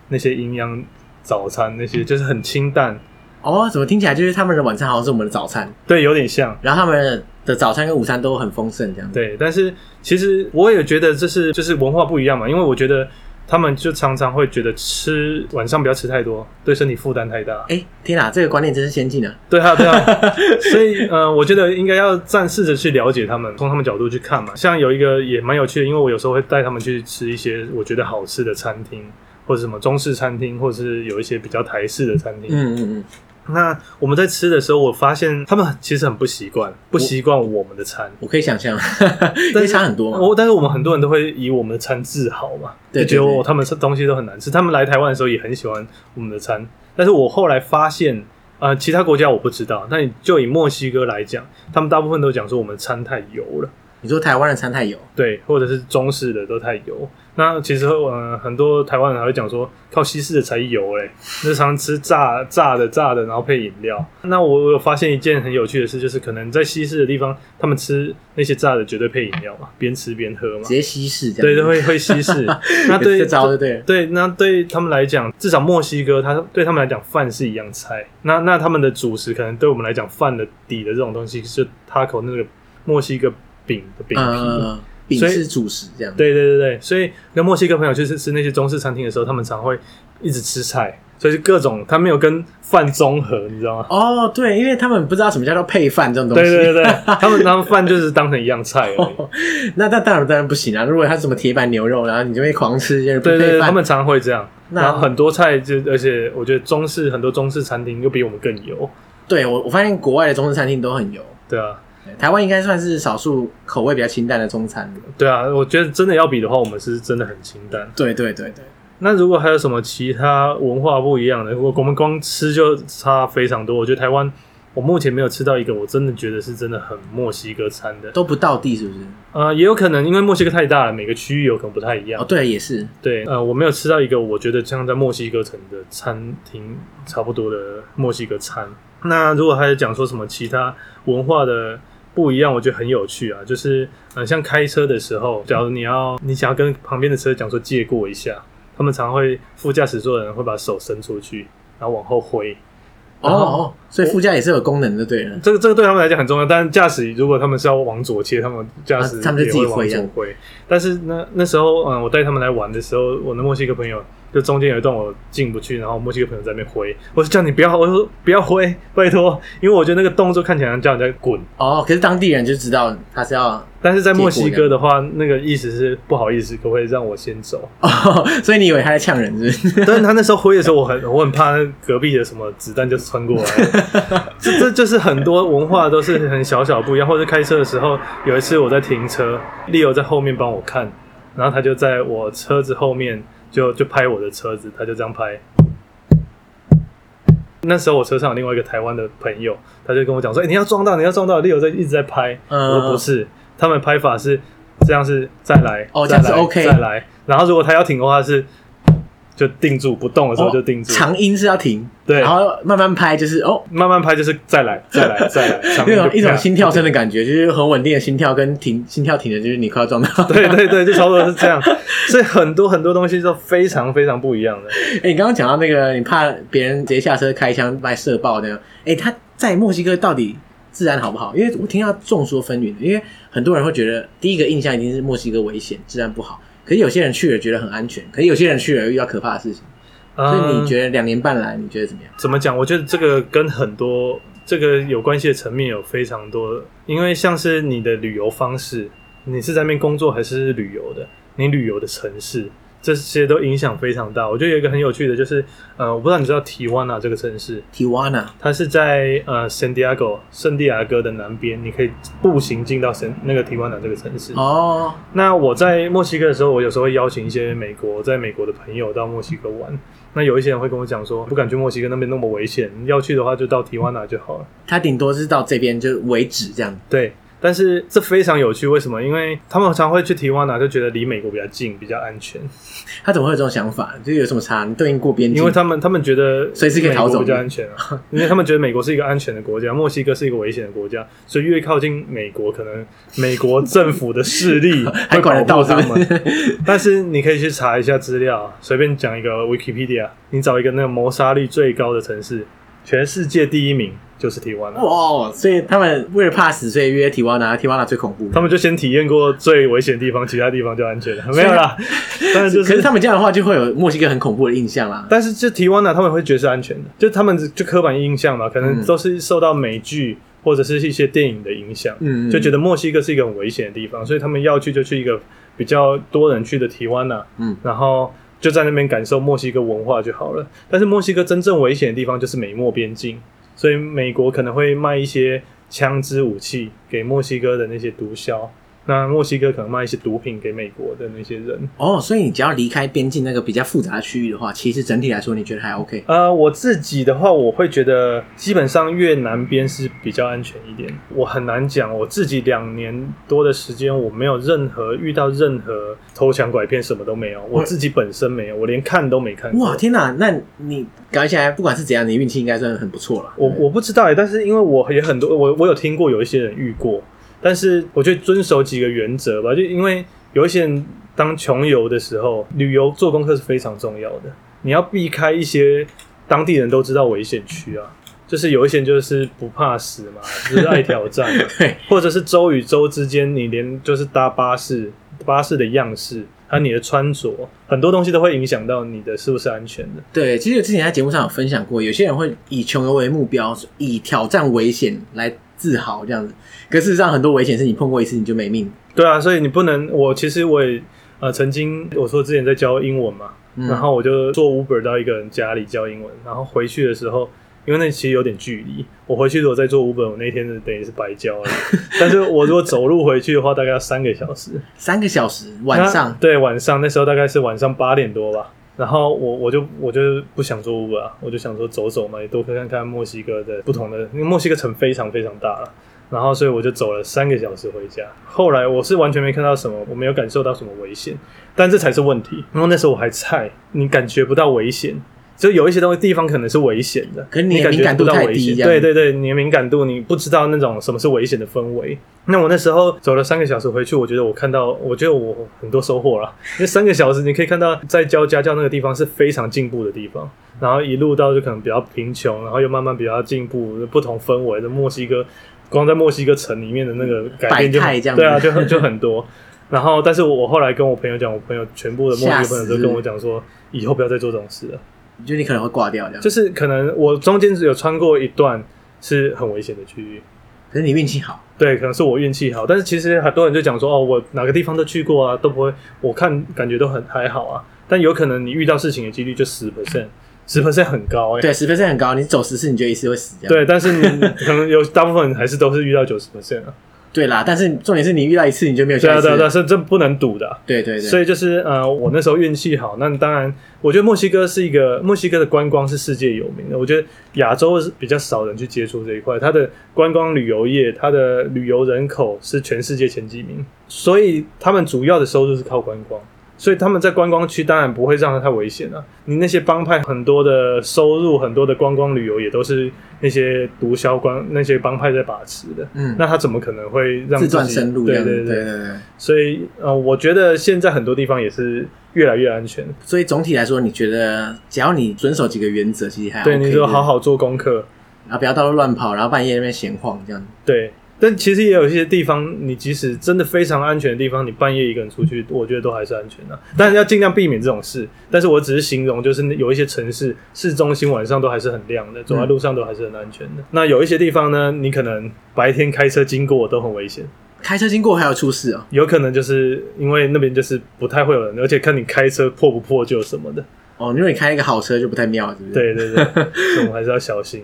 那些营养早餐那些就是很清淡，哦，怎么听起来就是他们的晚餐好像是我们的早餐，对，有点像。然后他们的早餐跟午餐都很丰盛这样子。对，但是其实我也觉得这是就是文化不一样嘛，因为我觉得他们就常常会觉得吃晚上不要吃太多，对身体负担太大。哎，天哪，这个观念真是先进啊！对啊，对啊， 所以呃，我觉得应该要暂试着去了解他们，从他们角度去看嘛。像有一个也蛮有趣的，因为我有时候会带他们去吃一些我觉得好吃的餐厅，或者什么中式餐厅，或者是有一些比较台式的餐厅。嗯嗯嗯，那我们在吃的时候，我发现他们其实很不习惯，不习惯我们的餐。我可以想象，啊因为差很多嘛。我但是我们很多人都会以我们的餐自豪嘛，对就觉得对对哦他们吃东西都很难吃。他们来台湾的时候也很喜欢我们的餐，但是我后来发现，呃，其他国家我不知道，那你就以墨西哥来讲，他们大部分都讲说我们餐太油了，你说台湾的餐太油，对，或者是中式的都太油。那其实呃，很多台湾人还会讲说，靠西式的才油嘞，日常吃炸炸的炸的，然后配饮料。那我有发现一件很有趣的事，就是可能在西式的地方，他们吃那些炸的绝对配饮料嘛，边吃边喝嘛直。接稀释这样对，子。都会会稀 释。那对这招就对了。对，那对他们来讲，至少墨西哥，它对他们来讲，饭是一样菜。那那他们的主食可能对我们来讲，饭的底的这种东西，就 taco 那个墨西哥饼的饼皮。嗯，饼所以是主食这样。，对对对对，所以跟墨西哥朋友去吃吃那些中式餐厅的时候，他们常会一直吃菜，所以是各种他没有跟饭综合，你知道吗？哦，对，因为他们不知道什么叫做配饭这种东对西。对对对，他们他们饭就是当成一样菜 而已。那那当然当然不行啊！如果它是什么铁板牛肉，然后你就会狂吃，就是不对对配对，饭。他们常会这样。那然后很多菜就，而且我觉得中式很多中式餐厅又比我们更油，对我我发现国外的中式餐厅都很油，对啊，台湾应该算是少数口味比较清淡的中餐了。对啊。我觉得真的要比的话，我们是真的很清淡。对对对对，那如果还有什么其他文化不一样的，我我们光吃就差非常多。我觉得台湾，我目前没有吃到一个我真的觉得是真的很墨西哥餐的。都不到地是不是？呃，也有可能因为墨西哥太大了，每个区域有可能不太一样哦，。对，也是。对，呃，我没有吃到一个我觉得像在墨西哥城的餐厅差不多的墨西哥餐。那如果还有讲说什么其他文化的不一样，我觉得很有趣啊。就是呃，像开车的时候，假如你要你想要跟旁边的车讲说借过一下，他们常会副驾驶座的人会把手伸出去，然后往后挥。哦然后哦，所以副驾也是有功能的，对了。这个这个对他们来讲很重要，但驾驶如果他们是要往左切，他们驾驶啊他们就自己也会挥这往左样呃挥。但是那那时候，嗯，我带他们来玩的时候，我的墨西哥朋友就中间有一段我进不去，然后墨西哥朋友在那边挥，我说叫你不要，我说不要挥，拜托，因为我觉得那个动作看起来像叫你在滚，哦，可是当地人就知道他是要， 但是在墨西哥的话，那个意思是不好意思，可不可以让我先走？哦，所以你以为他在呛人是不是？ 但是他那时候挥的时候，我很我很怕那隔壁的什么子弹就穿 过来了，这这就是很多文化都是很小小不一样。或者开车的时候，有一次我在停车，利友在后面帮我看，然后他就在我车子后面就就拍我的车子，他就这样拍。那时候我车上有另外一个台湾的朋友，他就跟我讲说：“哎、你要撞到，你要撞到！”利友在一直在拍，嗯我说不是，他们拍法是这样是再来，哦再这样是来 OK 再来。然后如果他要停的话是就定住不动的时候就定住，哦长音是要停，对然后慢慢拍，就是哦，慢慢拍就是 再来再来再来，长那音就种一种啪心跳声的感觉，就是很稳定的心跳跟停心跳停的，就是你快要撞到。 对对对，就差不多是 这样。所以很多很多东西都非常非常不一样的。哎、你刚刚讲到那个，你怕别人直接下车开枪把你射爆那样。哎、他在墨西哥到底治安好不好？因为我听到众说纷纭，因为很多人会觉得第一个印象一定是墨西哥危险，治安不好。可是有些人去了觉得很安全，可是有些人去了遇到可怕的事情。所以你得觉得两年半来，你觉得怎么样？嗯怎么讲？我觉得这个跟很多这个有关系的层面有非常多，因为像是你的旅游方式，你是在那边工作还是旅游的，你旅游的城市。这些都影响非常大。我觉得有一个很有趣的，就是呃，我不知道你知道提湾啊这个城市，提瓦纳它是在呃 San Diego 圣地亚哥的南边，你可以步行进到圣那个提湾岛这个城市。哦，那我在墨西哥的时候，我有时候会邀请一些美国在美国的朋友到墨西哥玩。那有一些人会跟我讲说，不敢去墨西哥那边那么危险，要去的话就到提瓦纳就好了。他顶多是到这边就为止这样。对，但是这非常有趣，为什么？因为他们常会去提瓦纳，就觉得离美国比较近，比较安全，他怎么会有这种想法？就是有什么差？你对应过边境，因为他们他们觉得嗯随时可以逃走美国比较安全 啊，因为他们觉得美国是一个安全的国家，墨西哥是一个危险的国家，所以越靠近美国，可能美国政府的势力 还管得到会他保护他们们。。但是你可以去查一下资料，随便讲一个 Wikipedia，你找一个那个谋杀率最高的城市，全世界第一名就是提湾啊了。哇，所以他们为了怕死，所以约提瓦纳，提瓦纳最恐怖。他们就先体验过最危险的地方，其他地方就安全了，没有啦。但是就 可是是，他们这样的话，就会有墨西哥很恐怖的印象啦。但是就提湾呢，他们会觉得是安全的，就他们就刻板印象嘛，可能嗯都是受到美剧或者是一些电影的影响，嗯就觉得墨西哥是一个很危险的地方，所以他们要去就去一个比较多人去的提湾呐，嗯，然后就在那边感受墨西哥文化就好了。但是墨西哥真正危险的地方就是美墨边境，所以美国可能会卖一些枪支武器给墨西哥的那些毒枭，那墨西哥可能卖一些毒品给美国的那些人。哦，所以你只要离开边境那个比较复杂的区域的话，其实整体来说你觉得还 OK。呃，我自己的话，我会觉得基本上越南边是比较安全一点。我很难讲，我自己两年多的时间，我没有任何遇到任何偷抢拐骗，什么都没有。我自己本身没有，我连看都没看过。哇，天哪！那你搞起来，不管是怎样，你运气应该算很不错 了。我我不知道哎，但是因为我也很多，我我有听过有一些人遇过，但是我觉得遵守几个原则吧，就因为有一些人当穷游的时候，旅游做功课是非常重要的，你要避开一些当地人都知道危险区啊，就是有一些人就是不怕死嘛，就是爱挑战嘛， 对，或者是州与州之间，你连就是搭巴士，巴士的样式。还有你的穿着，很多东西都会影响到你的是不是安全的。对，其实我之前在节目上有分享过，有些人会以穷游为目标，以挑战危险来自豪这样子。可事实上，很多危险是你碰过一次你就没命。对啊，所以你不能，我其实我也呃曾经我说之前在教英文嘛，嗯然后我就坐 Uber 到一个人家里教英文，然后回去的时候。因为那其实有点距离，我回去如果再坐 Uber，我那天等于是白教了。但是我如果走路回去的话，大概要三个小时。三个小时晚那上，对晚上，那时候大概是晚上八点多吧。然后我我就我就不想坐 Uber 啊，我就想说走走嘛，也多看看墨西哥的不同的，因为墨西哥城非常非常大了。然后所以我就走了三个小时回家。后来我是完全没看到什么，我没有感受到什么危险，但这才是问题。因为那时候我还菜，你感觉不到危险。就有一些东西地方可能是危险的，可是你你的感敏觉感不度到太危低险，这样对对对，你的敏感度你不知道那种什么是危险的氛围。那我那时候走了三个小时回去，我觉得我看到，我觉得我很多收获了。因为三个小时你可以看到，在教家教那个地方是非常进步的地方，然后一路到就可能比较贫穷，然后又慢慢比较进步，不同氛围的墨西哥，光在墨西哥城里面的那个改变就百态这样子对啊，就很就很多。然后，但是我我后来跟我朋友讲，我朋友全部的墨西哥朋友都跟我讲说，以后不要再做这种事了。你觉得你可能会挂掉这样？就是可能我中间只有穿过一段是很危险的区域，可是你运气好，对，可能是我运气好，但是其实很多人就讲说，哦，我哪个地方都去过啊，都不会，我看感觉都很还好啊。但有可能你遇到事情的几率就十 percent，十 percent 很高哎、对，十分是很高，你走十次你就一次会死这样。对，但是你可能有大部分人还是都是遇到九十 percent 啊。对啦，但是重点是你遇到一次你就没有对下一啊，次对啊，了。对啊，是这不能赌的啊、对对对，所以就是呃，我那时候运气好。那当然，我觉得墨西哥是一个墨西哥的观光是世界有名的。我觉得亚洲是比较少人去接触这一块，它的观光旅游业，它的旅游人口是全世界前几名，所以他们主要的收入是靠观光。所以他们在观光区当然不会让它太危险了、啊你那些帮派很多的收入，很多的观光旅游也都是那些毒枭官、那些帮派在把持的。嗯，那他怎么可能会让自己断生路这对样子。对对对对，所以呃，我觉得现在很多地方也是越来越安全。所以总体来说，你觉得只要你遵守几个原则，其实还 OK, 对，你说好好，好做功课，然后不要到处乱跑，然后半夜那边闲晃这样。对。但其实也有一些地方，你即使真的非常安全的地方，你半夜一个人出去，我觉得都还是安全的、但是要尽量避免这种事。但是我只是形容，就是有一些城市市中心晚上都还是很亮的，走在路上都还是很安全的。那有一些地方呢，你可能白天开车经过都很危险，开车经过还有出事哦、有可能就是因为那边就是不太会有人，而且看你开车破不破旧什么的。哦，如果你开一个好车就不太妙了，是不是？。对对对，所以我们还是要小心。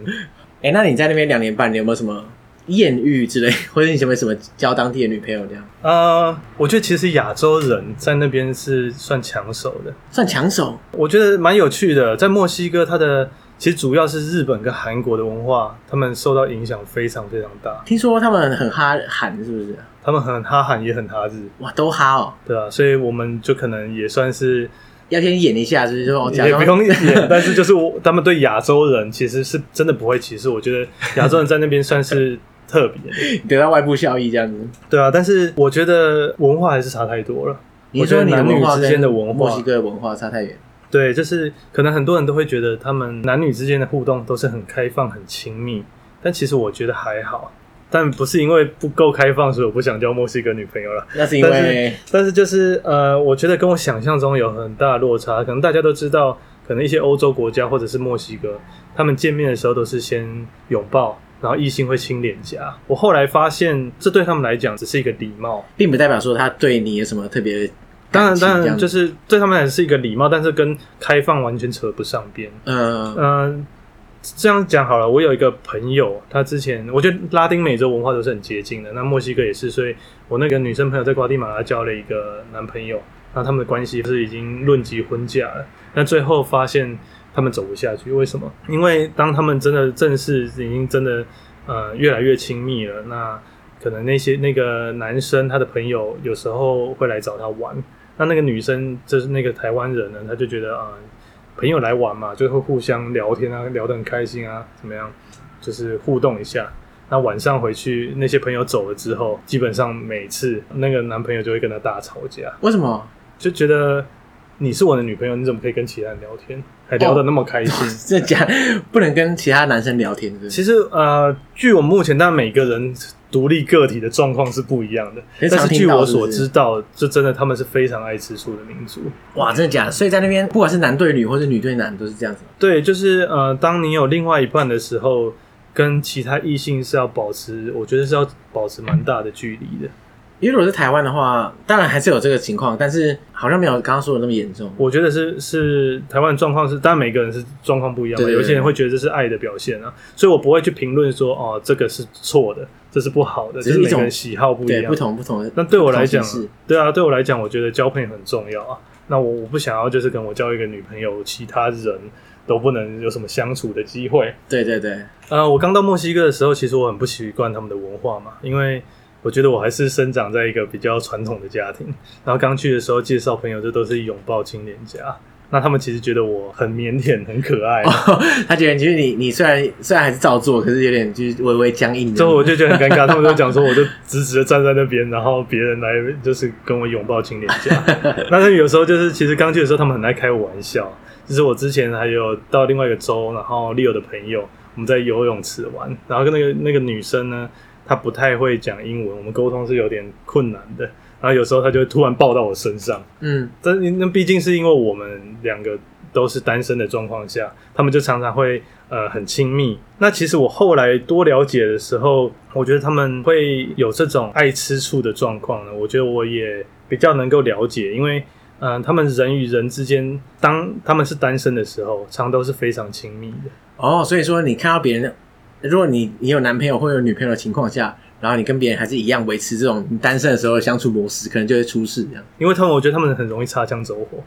哎、那你在那边两年半，你有没有什么艳遇之类，或者你有没有什么交当地的女朋友这样？呃，我觉得其实亚洲人在那边是算抢手的，算抢手，我觉得蛮有趣的。在墨西哥，它的其实主要是日本跟韩国的文化，他们受到影响非常非常大，听说他们很哈韩，是不是？他们很哈韩也很哈日，哇，都哈哦、对啊，所以我们就可能也算是要先演一下，就是说哦，假也装不用演，但是就是我他们对亚洲人其实是真的不会歧视，我觉得亚洲人在那边算是特别的，得到外部效益这样子。对啊，但是我觉得文化还是差太多了。你是说你的文化我觉得男女之间的文跟化墨西哥的文化差太 远，对，就是可能很多人都会觉得他们男女之间的互动都是很开放、很亲密，但其实我觉得还好。但不是因为不够开放，所以我不想交墨西哥女朋友了。那是因为但是就是呃，我觉得跟我想象中有很大的落差。可能大家都知道，可能一些欧洲国家或者是墨西哥，他们见面的时候都是先拥抱，然后异性会亲脸颊。我后来发现，这对他们来讲只是一个礼貌。并不代表说他对你有什么特别感当然，情这样子。当然，就是对他们来讲是一个礼貌，但是跟开放完全扯不上边。呃，嗯，这样讲好了，我有一个朋友，他之前我觉得拉丁美洲文化都是很接近的，那墨西哥也是，所以我那个女生朋友在瓜地马拉交了一个男朋友，那他们的关系是已经论及婚嫁了，那最后发现他们走不下去，为什么？因为当他们真的正式已经真的呃越来越亲密了，那可能那些那个男生他的朋友有时候会来找他玩，那那个女生就是那个台湾人呢，她就觉得啊、呃朋友来玩嘛，就会互相聊天啊，聊得很开心啊，怎么样，就是互动一下。那晚上回去，那些朋友走了之后，基本上每次那个男朋友就会跟她大吵架，为什么？就觉得你是我的女朋友，你怎么可以跟其他人聊天，还聊得那么开心？这讲 不能跟其他男生聊天，是不是？其实呃，据我目前，但每个人独立个体的状况是不一样的。你但常是听据到我是不所是知道，就真的他们是非常爱吃醋的民族。哇，真的假的？所以在那边，不管是男对女或是女对男，都是这样子。对，就是呃，当你有另外一半的时候，跟其他异性是要保持，我觉得是要保持蛮大的距离的。因为如果是台湾的话，当然还是有这个情况，但是好像没有刚刚说的那么严重。我觉得是是台湾的状况是，当然每个人是状况不一样嘛，对有些人会觉得这是爱的表现啊，所以我不会去评论说哦，这个是错的，这是不好的，只是就一每个种人喜好不一对，样不。同不同的。那对我来讲不同形式，对啊，对我来讲，我觉得交朋友很重要啊。那我我不想要就是跟我交一个女朋友，其他人都不能有什么相处的机会。对对对， 呃，我刚到墨西哥的时候，其实我很不习惯他们的文化嘛，因为我觉得我还是生长在一个比较传统的家庭。然后刚去的时候，介绍朋友就都是拥抱亲脸颊，那他们其实觉得我很腼腆、很可爱，他觉得其实你你虽然虽然还是照做，可是有点就是微微僵硬这之样。后我就觉得很尴尬。他们就讲说，我就直直的站在那边，然后别人来就是跟我拥抱亲脸颊。那他们有时候就是，其实刚去的时候，他们很爱开我玩笑。就是我之前还有到另外一个州，然后 Leo 的朋友，我们在游泳池玩，然后跟那个那个女生呢，她不太会讲英文，我们沟通是有点困难的。然后有时候他就会突然抱到我身上。嗯，但是那毕竟是因为我们两个都是单身的状况下，他们就常常会呃很亲密。那其实我后来多了解的时候，我觉得他们会有这种爱吃醋的状况呢。我觉得我也比较能够了解，因为嗯、呃他们人与人之间，当他们是单身的时候，常都是非常亲密的。哦，所以说你看到别人，如果你你有男朋友或有女朋友的情况下，然后你跟别人还是一样维持这种你单身的时候的相处模式，可能就会出事这样。因为他们，我觉得他们很容易擦枪走 火。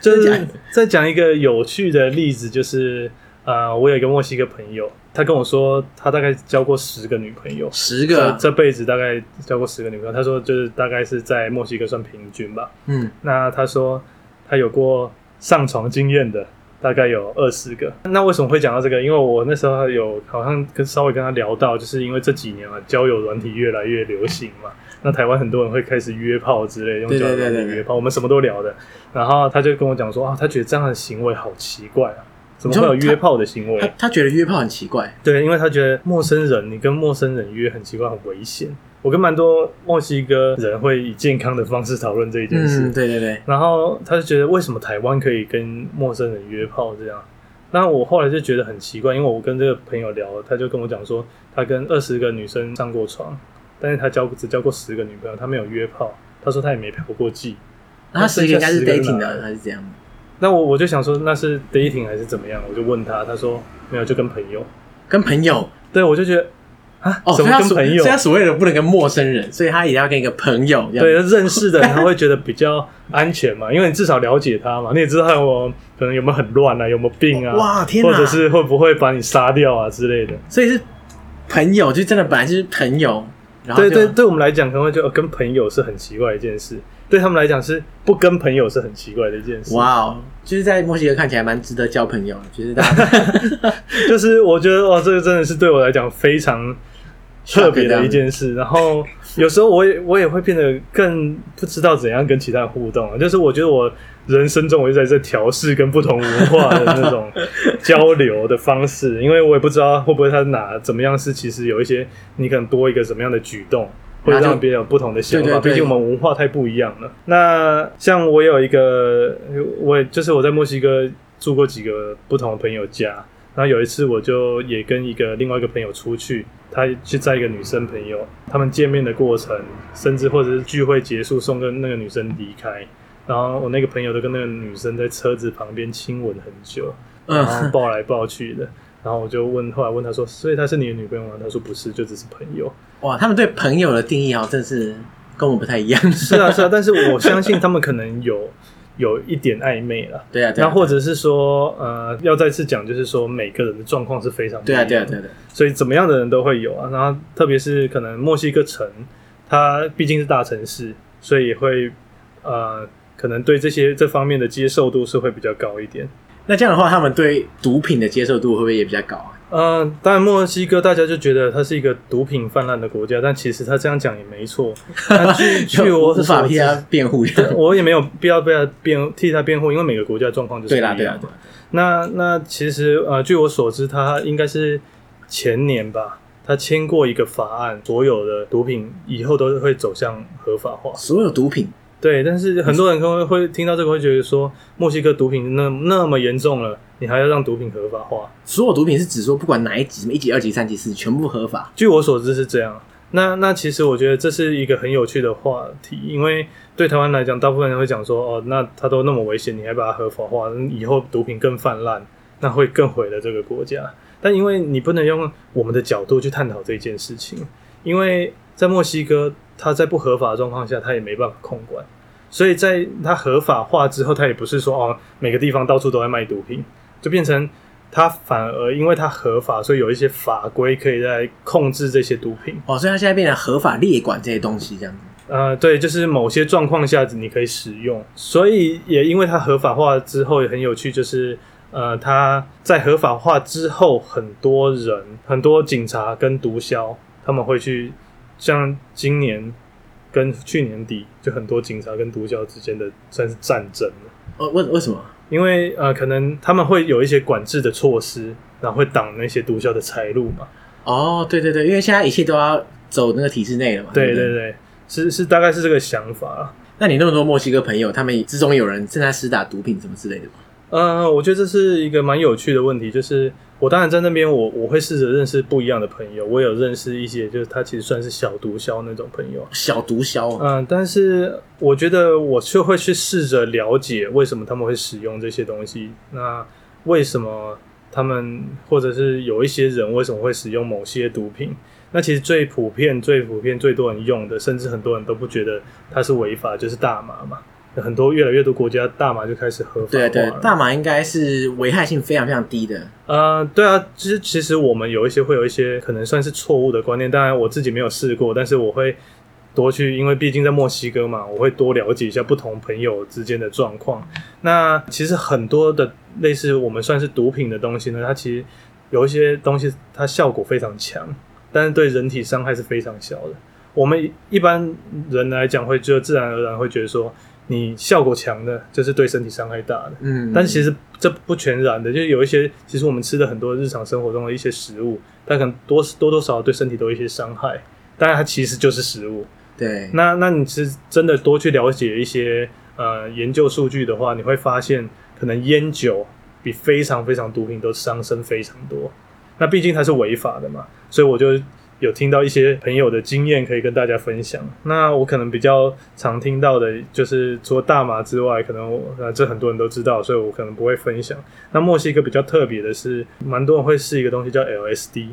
就是再讲一个有趣的例子，就是呃，我有一个墨西哥朋友，他跟我说，他大概交过十个女朋友，十这个，这辈子大概交过十个女朋友。他说，就是大概是在墨西哥算平均吧。嗯，那他说他有过上床经验的，大概有二十个。那为什么会讲到这个？因为我那时候有好像跟稍微跟他聊到，就是因为这几年嘛，啊交友软体越来越流行嘛，那台湾很多人会开始约炮之类，用对对交友软对体对对约炮，我们什么都聊的。然后他就跟我讲说啊，他觉得这样的行为好奇怪啊。怎么会有你说他约炮的行他为？他觉得约炮很奇怪，对，因为他觉得陌生人，你跟陌生人约很奇怪，很危险。我跟蛮多墨西哥人会以健康的方式讨论这一件事。嗯，对对对，然后他就觉得为什么台湾可以跟陌生人约炮这样？那我后来就觉得很奇怪，因为我跟这个朋友聊，他就跟我讲说，他跟二十个女生上过床，但是他交只交过十个女朋友，他没有约炮，他说他也没嫖过妓。那他十个应该是剩下十个 dating 哪的还是怎样？那我我就想说那是 dating 还是怎么样？我就问他，他说没有，就跟朋友。跟朋友对，我就觉得啊，哦，怎所以么他跟所朋友所以？他所谓的不能跟陌生人，所以他也要跟一个朋友这样。对，认识的人他会觉得比较安全嘛，因 为你至少了解他嘛，你也知道我可能有没有很乱啊，有没有病啊，哇天哪！或者是会不会把你杀掉啊之类的。所以是朋友，就真的本来就是朋友，然后对就对，对我们来讲，可能会觉得哦跟朋友是很奇怪的一件事，对他们来讲是不跟朋友是很奇怪的一件事。哇哦，就是在墨西哥看起来蛮值得交朋友的，就是大家 就是我觉得哦，这个真的是对我来讲非常特别的一件事。然后 有时候我也我也会变得更不知道怎样跟其他人互动啊，就是我觉得我人生中我一直在在调试跟不同文化的那种交流的方式，因为我也不知道会不会他哪怎么样是其实有一些你可能多一个什么样的举动。会那就让别人有不同的想对法，对对毕竟我们文化太不一样了。那像我有一个，我呃就是我在墨西哥住过几个不同的朋友家，然后有一次我就呃也跟一个另外一个朋友出去，他去载一个女生朋友，他们见面的过程，甚至或者是聚会结束送跟那个女生离开，然后我那个朋友都跟那个女生在车子旁边亲吻很久，然后 嗯，抱来抱去的。然后我就问，后来问他说：“所以她是你的女朋友吗？”他说：“不是，就只是朋友。”哇，他们对朋友的定义哦，真是跟我们不太一样。 是啊，是 啊，但是我相信他们可能有有一点暧昧了。对啊，对那啊，或者是说，呃，要再次讲，就是说每个人的状况是非常不一对啊，样对啊，对啊，对啊所以怎么样的人都会有啊。然后特别是可能墨西哥城，它毕竟是大城市，所以也会呃，可能对这些这方面的接受度是会比较高一点。那这样的话，他们对毒品的接受度会不会也比较高啊？呃，当然墨西哥大家就觉得它是一个毒品泛滥的国家，但其实他这样讲也没 错。那 据据我无法 啊所替知，他辩护。 我也没有必要被他辩替他辩护，因为每个国家的状况就是对不一啦，样对啦，嘛对啦，那那其实呃，据我所知，他应该是前年吧，他签过一个法案，所有的毒品以后都会走向合法化。所有毒品，对，但是很多人可能会听到这个，会觉得说，墨西哥毒品那那么严重了，你还要让毒品合法化？所有毒品是指说不管哪一级，什么一级、二级、三级、四级，全部合法。据我所知是这样。那那其实我觉得这是一个很有趣的话题，因为对台湾来讲，大部分人会讲说，哦，那它都那么危险，你还把它合法化，以后毒品更泛滥，那会更毁了这个国家。但因为你不能用我们的角度去探讨这件事情，因为在墨西哥，它在不合法的状况下，它也没办法控管，所以在它合法化之后，它也不是说哦每个地方到处都在卖毒品，就变成它反而因为它合法，所以有一些法规可以来控制这些毒品。哦，所以他现在变成合法列管这些东西，这样子。呃，对，就是某些状况下你可以使用，所以也因为它合法化之后也很有趣，就是呃，它在合法化之后，很多人、很多警察跟毒枭他们会去，像今年跟去年底，就很多警察跟毒枭之间的算是战争了。哦，为为什么？因为呃，可能他们会有一些管制的措施，然后会挡那些毒枭的财路嘛。哦，对对对，因为现在一切都要走那个体制内了嘛。对不对对对，是是大概是这个想法啊。那你那么多墨西哥朋友，他们之中有人正在施打毒品什么之类的吗？呃，我觉得这是一个蛮有趣的问题，就是我当然在那边我，我会试着认识不一样的朋友，我有认识一些，就是他其实算是小毒枭那种朋友，小毒枭啊，嗯、但是我觉得我就会去试着了解为什么他们会使用这些东西，那为什么他们或者是有一些人为什么会使用某些毒品？那其实最普遍、最普遍、最多人用的，甚至很多人都不觉得它是违法，就是大麻嘛。很多越来越多国家大麻就开始合法化对对了，大麻应该是危害性非常非常低的，呃，对啊，其实其实我们有一些会有一些可能算是错误的观念，当然我自己没有试过，但是我会多去，因为毕竟在墨西哥嘛，我会多了解一下不同朋友之间的状况。那其实很多的类似我们算是毒品的东西呢，它其实有一些东西它效果非常强，但是对人体伤害是非常小的。我们一般人来讲会就自然而然会觉得说，你效果强的，就是对身体伤害大的。嗯，但其实这不全然的，就是有一些，其实我们吃的很多日常生活中的一些食物，它可能多多多少少对身体都有一些伤害。当然，它其实就是食物。对，那那你是真的多去了解一些呃研究数据的话，你会发现，可能烟酒比非常非常毒品都伤身非常多。那毕竟它是违法的嘛，所以我就有听到一些朋友的经验可以跟大家分享。那我可能比较常听到的就是，除了大麻之外，可能我呃这很多人都知道，所以我可能不会分享。那墨西哥比较特别的是，蛮多人会试一个东西叫 LSD，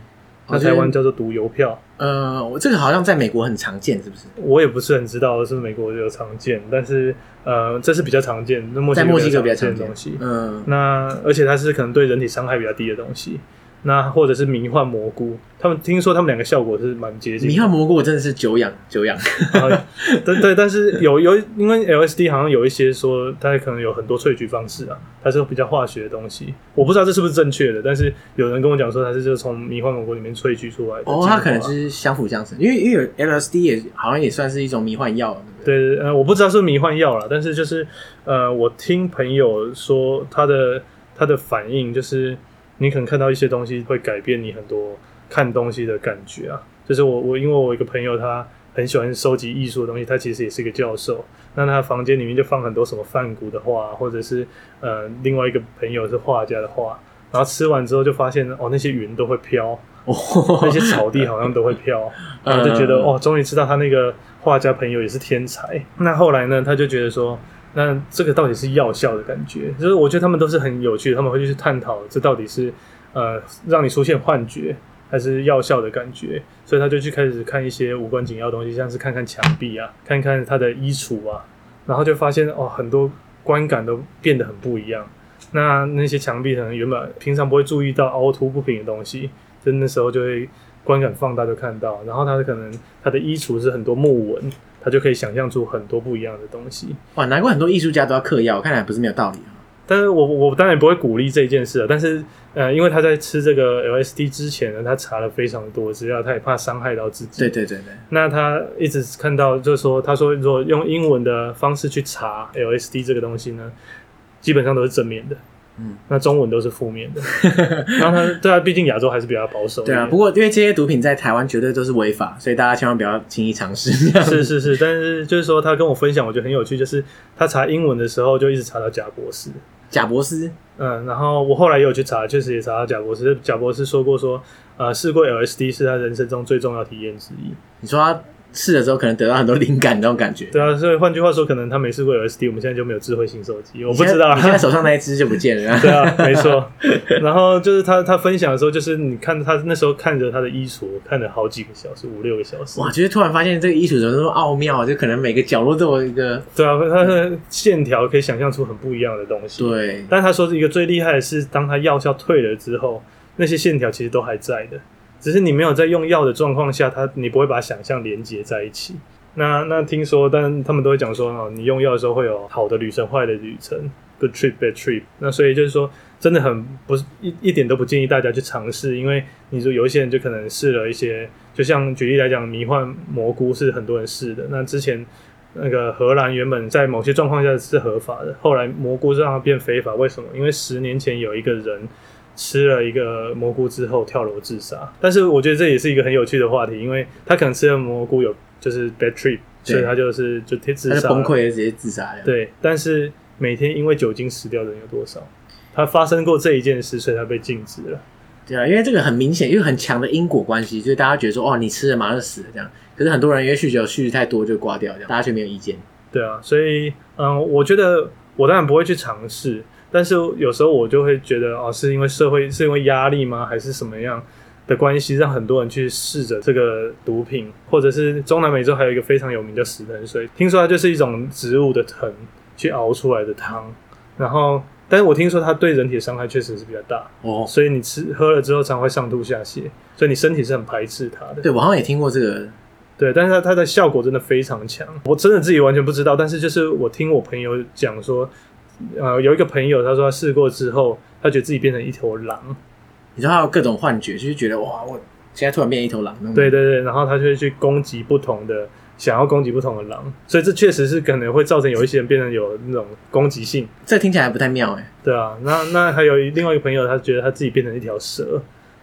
那台湾叫做毒邮票。呃，我这个好像在美国很常见，是不是？我也不是很知道是美国有常见，但是呃，这是比较常见，那墨西在哥墨西哥比较常常的见东西。嗯，那而且它是可能对人体伤害比较低的东西。那或者是迷幻蘑菇，他们听说他们两个效果是蛮接近的。迷幻蘑菇我真的是久仰久 仰，啊，对对，但是有有，因为 LSD 好像有一些说它可能有很多萃取方式啊，它是比较化学的东西，我不知道这是不是正确的，但是有人跟我讲说它是就是从迷幻蘑菇里面萃取出来的精哦，华。它可能是相辅相成，因为因为有 LSD 也好像也算是一种迷幻药，对不对？对，呃，我不知道是不是迷幻药啦，但是就是呃，我听朋友说他的他的反应就是，你可能看到一些东西会改变你很多看东西的感觉啊。就是我我因为我有一个朋友他很喜欢收集艺术的东西，他其实也是一个教授，那他房间里面就放很多什么梵谷的画，或者是呃另外一个朋友是画家的画。然后吃完之后就发现哦，那些云都会飘，那些哦，草地好像都会飘，然后就觉得嗯哦，终于知道他那个画家朋友也是天才。那后来呢，他就觉得说，那这个到底是药效的感觉，就是我觉得他们都是很有趣的，他们会去探讨这到底是呃让你出现幻觉。还是药效的感觉，所以他就去开始看一些无关紧要的东西，像是看看墙壁啊，看看他的衣橱啊，然后就发现哦，很多观感都变得很不一样。那那些墙壁可能原本平常不会注意到凹凸不平的东西，就那时候就会观感放大就看到。然后他可能他的衣橱是很多木纹，他就可以想象出很多不一样的东西。哇，难怪很多艺术家都要嗑药，看来不是没有道 理啊。但是我我我当然不会鼓励这件事啊，但是呃，因为他在吃这个 LSD 之前呢，他查了非常多资料，他也怕伤害到自己。对对对对，那他一直看到，就是说，他说如果用英文的方式去查 LSD 这个东西呢，基本上都是正面的，嗯，那中文都是 负面的。然后他对啊，毕竟亚洲还是比较保守一对点，啊，不过因为这些毒品在台湾绝对都是违法，所以大家千万不要轻易尝试。 这样是是是，但是就是说他跟我分享，我觉得很有趣，就是他查英文的时候就一直查到贾博士，贾博士嗯，然后我后来也有去查，确实也查到贾博士，贾博士说过说，呃，试过 LSD 是他人生中最重要的体验之一。你说他试了之后可能得到很多灵感那种感觉。对啊，所以换句话说，可能他没试过 LSD，我们现在就没有智慧型手机，我我不知道啊。你现在手上那一只就不见了。 对啊，没错。然后就是他他分享的时候，就是你看他那时候看着他的衣橱，看了好几个小时，五六个小 时。哇，就是突然发现这个艺术怎么那么奥妙，就可能每个角落都有一个对啊，他的线条可以想象出很不一样的东西。，对但他说是一个最厉害的是，当他药效退了之后，那些线条其实都还在的，只是你没有在用药的状况下，他你不会把想象连接在一起。那那听说，但他们都会讲说哦，你用药的时候会有好的旅程、坏的旅程，good trip bad trip。那所以就是说，真的很不是一一点都不建议大家去尝试，因为你说有一些人就可能试了一些，就像举例来讲，迷幻蘑菇是很多人试的。那之前那个荷兰原本在某些状况下是合法的，后来蘑菇让它变非法，为什么？因为十年前有一个人吃了一个蘑菇之后跳楼自杀。但是我觉得这也是一个很有趣的话题，因为他可能吃了蘑菇有就是 bad trip，所以他就是就贴自他就杀，崩。溃了，直接自杀了。，对，但是每天因为酒精死掉的人有多少？他发生过这一件事，所以他被禁止了。对啊，因为这个很明显，因为很强的因果关系，就是大家觉得说，哦，你吃了马上就死了这样。可是很多人因为酗酒酗太多就挂掉，这样大家却没有意见。对啊，所以嗯，我觉得我当然不会去尝试，但是有时候我就会觉得哦，是因为社会是因为压力吗，还是什么样的关系，让很多人去试着这个毒品，或者是中南美洲还有一个非常有名叫死藤水，听说它就是一种植物的藤去熬出来的汤，然后但是我听说它对人体的伤害确实是比较大，哦，所以你吃喝了之后常会上吐下泻，所以你身体是很排斥它的。对我好像也听过这个，对，但是它它的效果真的非常强，我真的自己完全不知道，但是就是我听我朋友讲说，呃，有一个朋友他说他试过之后，他觉得自己变成一头狼，你知道他有各种幻觉，就是觉得哇，我现在突然变一头狼那种。对对对，然后他就会去攻击不同的，想要攻击不同的狼，所以这确实是可能会造成有一些人变成有那种攻击性，这听起来不太妙哎。对啊，那那还有另外一个朋友，他觉得他自己变成一条蛇，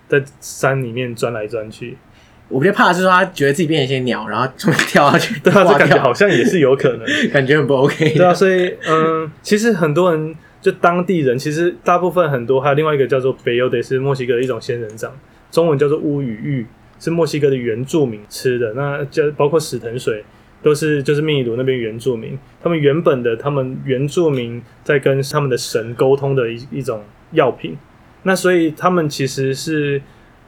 在山里面钻来钻去，我比较怕的是说他觉得自己变成一些鸟，然后就跳下去， 对啊，挂这感觉掉好像也是有可能。感觉很不 OK。对啊，所 以嗯，其实很多人就当地人，其实大部分很多，还有另外一个叫做北尤得是墨西哥的一种仙人掌，中文叫做乌鱼玉，是墨西哥的原住民吃的。那就包括死藤水，都是就是秘鲁那边原住民，他们原本的他们原住民在跟他们的神沟通的一一种药品。那所以他们其实是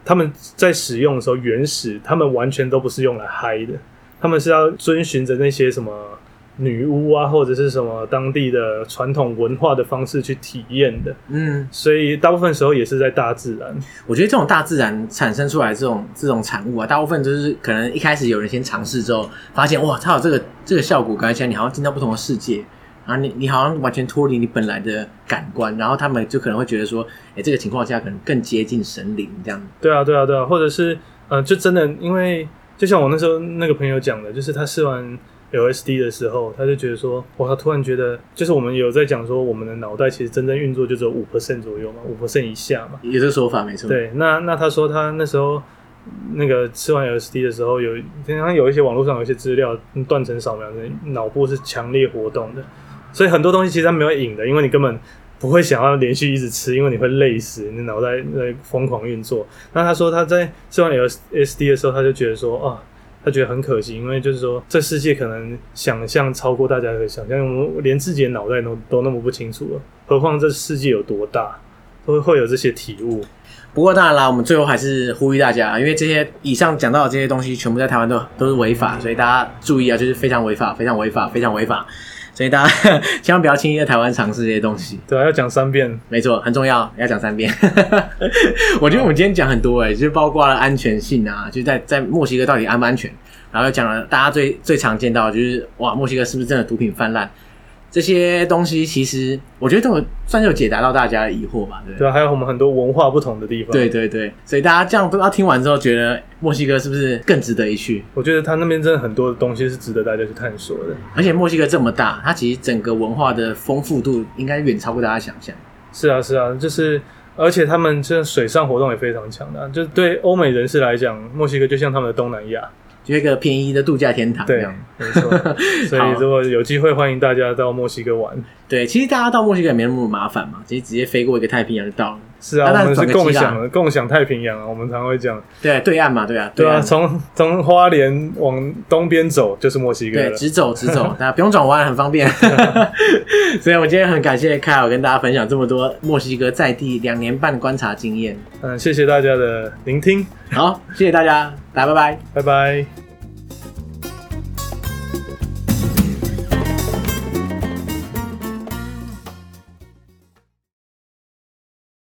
他们在使用的时候，原始他们完全都不是用来嗨的，他们是要遵循着那些什么女巫啊，或者是什么当地的传统文化的方式去体验的。嗯，所以大部分时候也是在大自然，我觉得这种大自然产生出来这种这种产物啊，大部分就是可能一开始有人先尝试之后，发现哇，它有这个这个效果，感觉起来你好像进到不同的世界，然后你你好像完全脱离你本来的感官，然后他们就可能会觉得说，哎，这个情况下可能更接近神灵这样。对啊，对啊，对啊，或者是呃，就真的因为就像我那时候那个朋友讲的，就是他试完 LSD 的时候，他就觉得说，哇，他突然觉得，就是我们有在讲说，我们的脑袋其实真正运作就只有五 percent 左右嘛，五 percent 以下嘛。有这个说法没错，，对，那那他说他那时候那个吃完 LSD 的时候有，经常有一些网络上有一些资料，断层扫描的脑部是强烈活动的，所以很多东西其实它没有瘾的，因为你根本不会想要连续一直吃，因为你会累死，你脑袋在疯狂运作。那他说他在吃完 LSD 的时候，他就觉得说啊。他觉得很可惜，因为就是说，这世界可能想象超过大家的想象，我们连自己的脑袋都都那么不清楚了，何况这世界有多大，都会有这些体悟。不过当然啦，我们最后还是呼吁大家，因为这些以上讲到的这些东西，全部在台湾都都是违法，所以大家注意啊，就是非常违法，非常违法，非常违法，所以大家千万不要轻易在台湾尝试这些东西。对啊，要讲三遍。没错，很重要，要讲三遍。 我觉得我们今天讲很多哎、就是包括了安全性啊，就是在在墨西哥到底安不安全，然后又讲了大家最最常见到的就是哇，墨西哥是不是真的毒品泛滥？这些东西其实我觉得都有算是有解答到大家的疑惑吧，对不对对啊，还有我们很多文化不同的地方。对，对对，所以大家这样不知道听完之后，觉得墨西哥是不是更值得一去？我觉得他那边真的很多东西是值得大家去探索的。而且墨西哥这么大，它其实整个文化的丰富度应该远超过大家想象。是啊，是啊，就是而且他们这水上活动也非常强的啊、就是对欧美人士来讲，墨西哥就像他们的东南亚。就一个便宜的度假天堂这对啊样。，没错。 所以如果有机会，欢迎大家到墨西哥玩。对，其实大家到墨西哥也没那么麻烦嘛，其实直接飞过一个太平洋就到了。是啊，那我们转是个共机啦享的，共享太平洋啊，我们常会讲。对，对岸嘛，对啊，对啊，岸。从从花莲往东边走就是墨西哥对，了。直走直 走，大家不用转弯，很方便。所以，我今天很感谢凯尔跟大家分享这么多墨西哥在地两年半观察经验。嗯，谢谢大家的聆听，好，谢谢大家，大家拜拜。拜拜。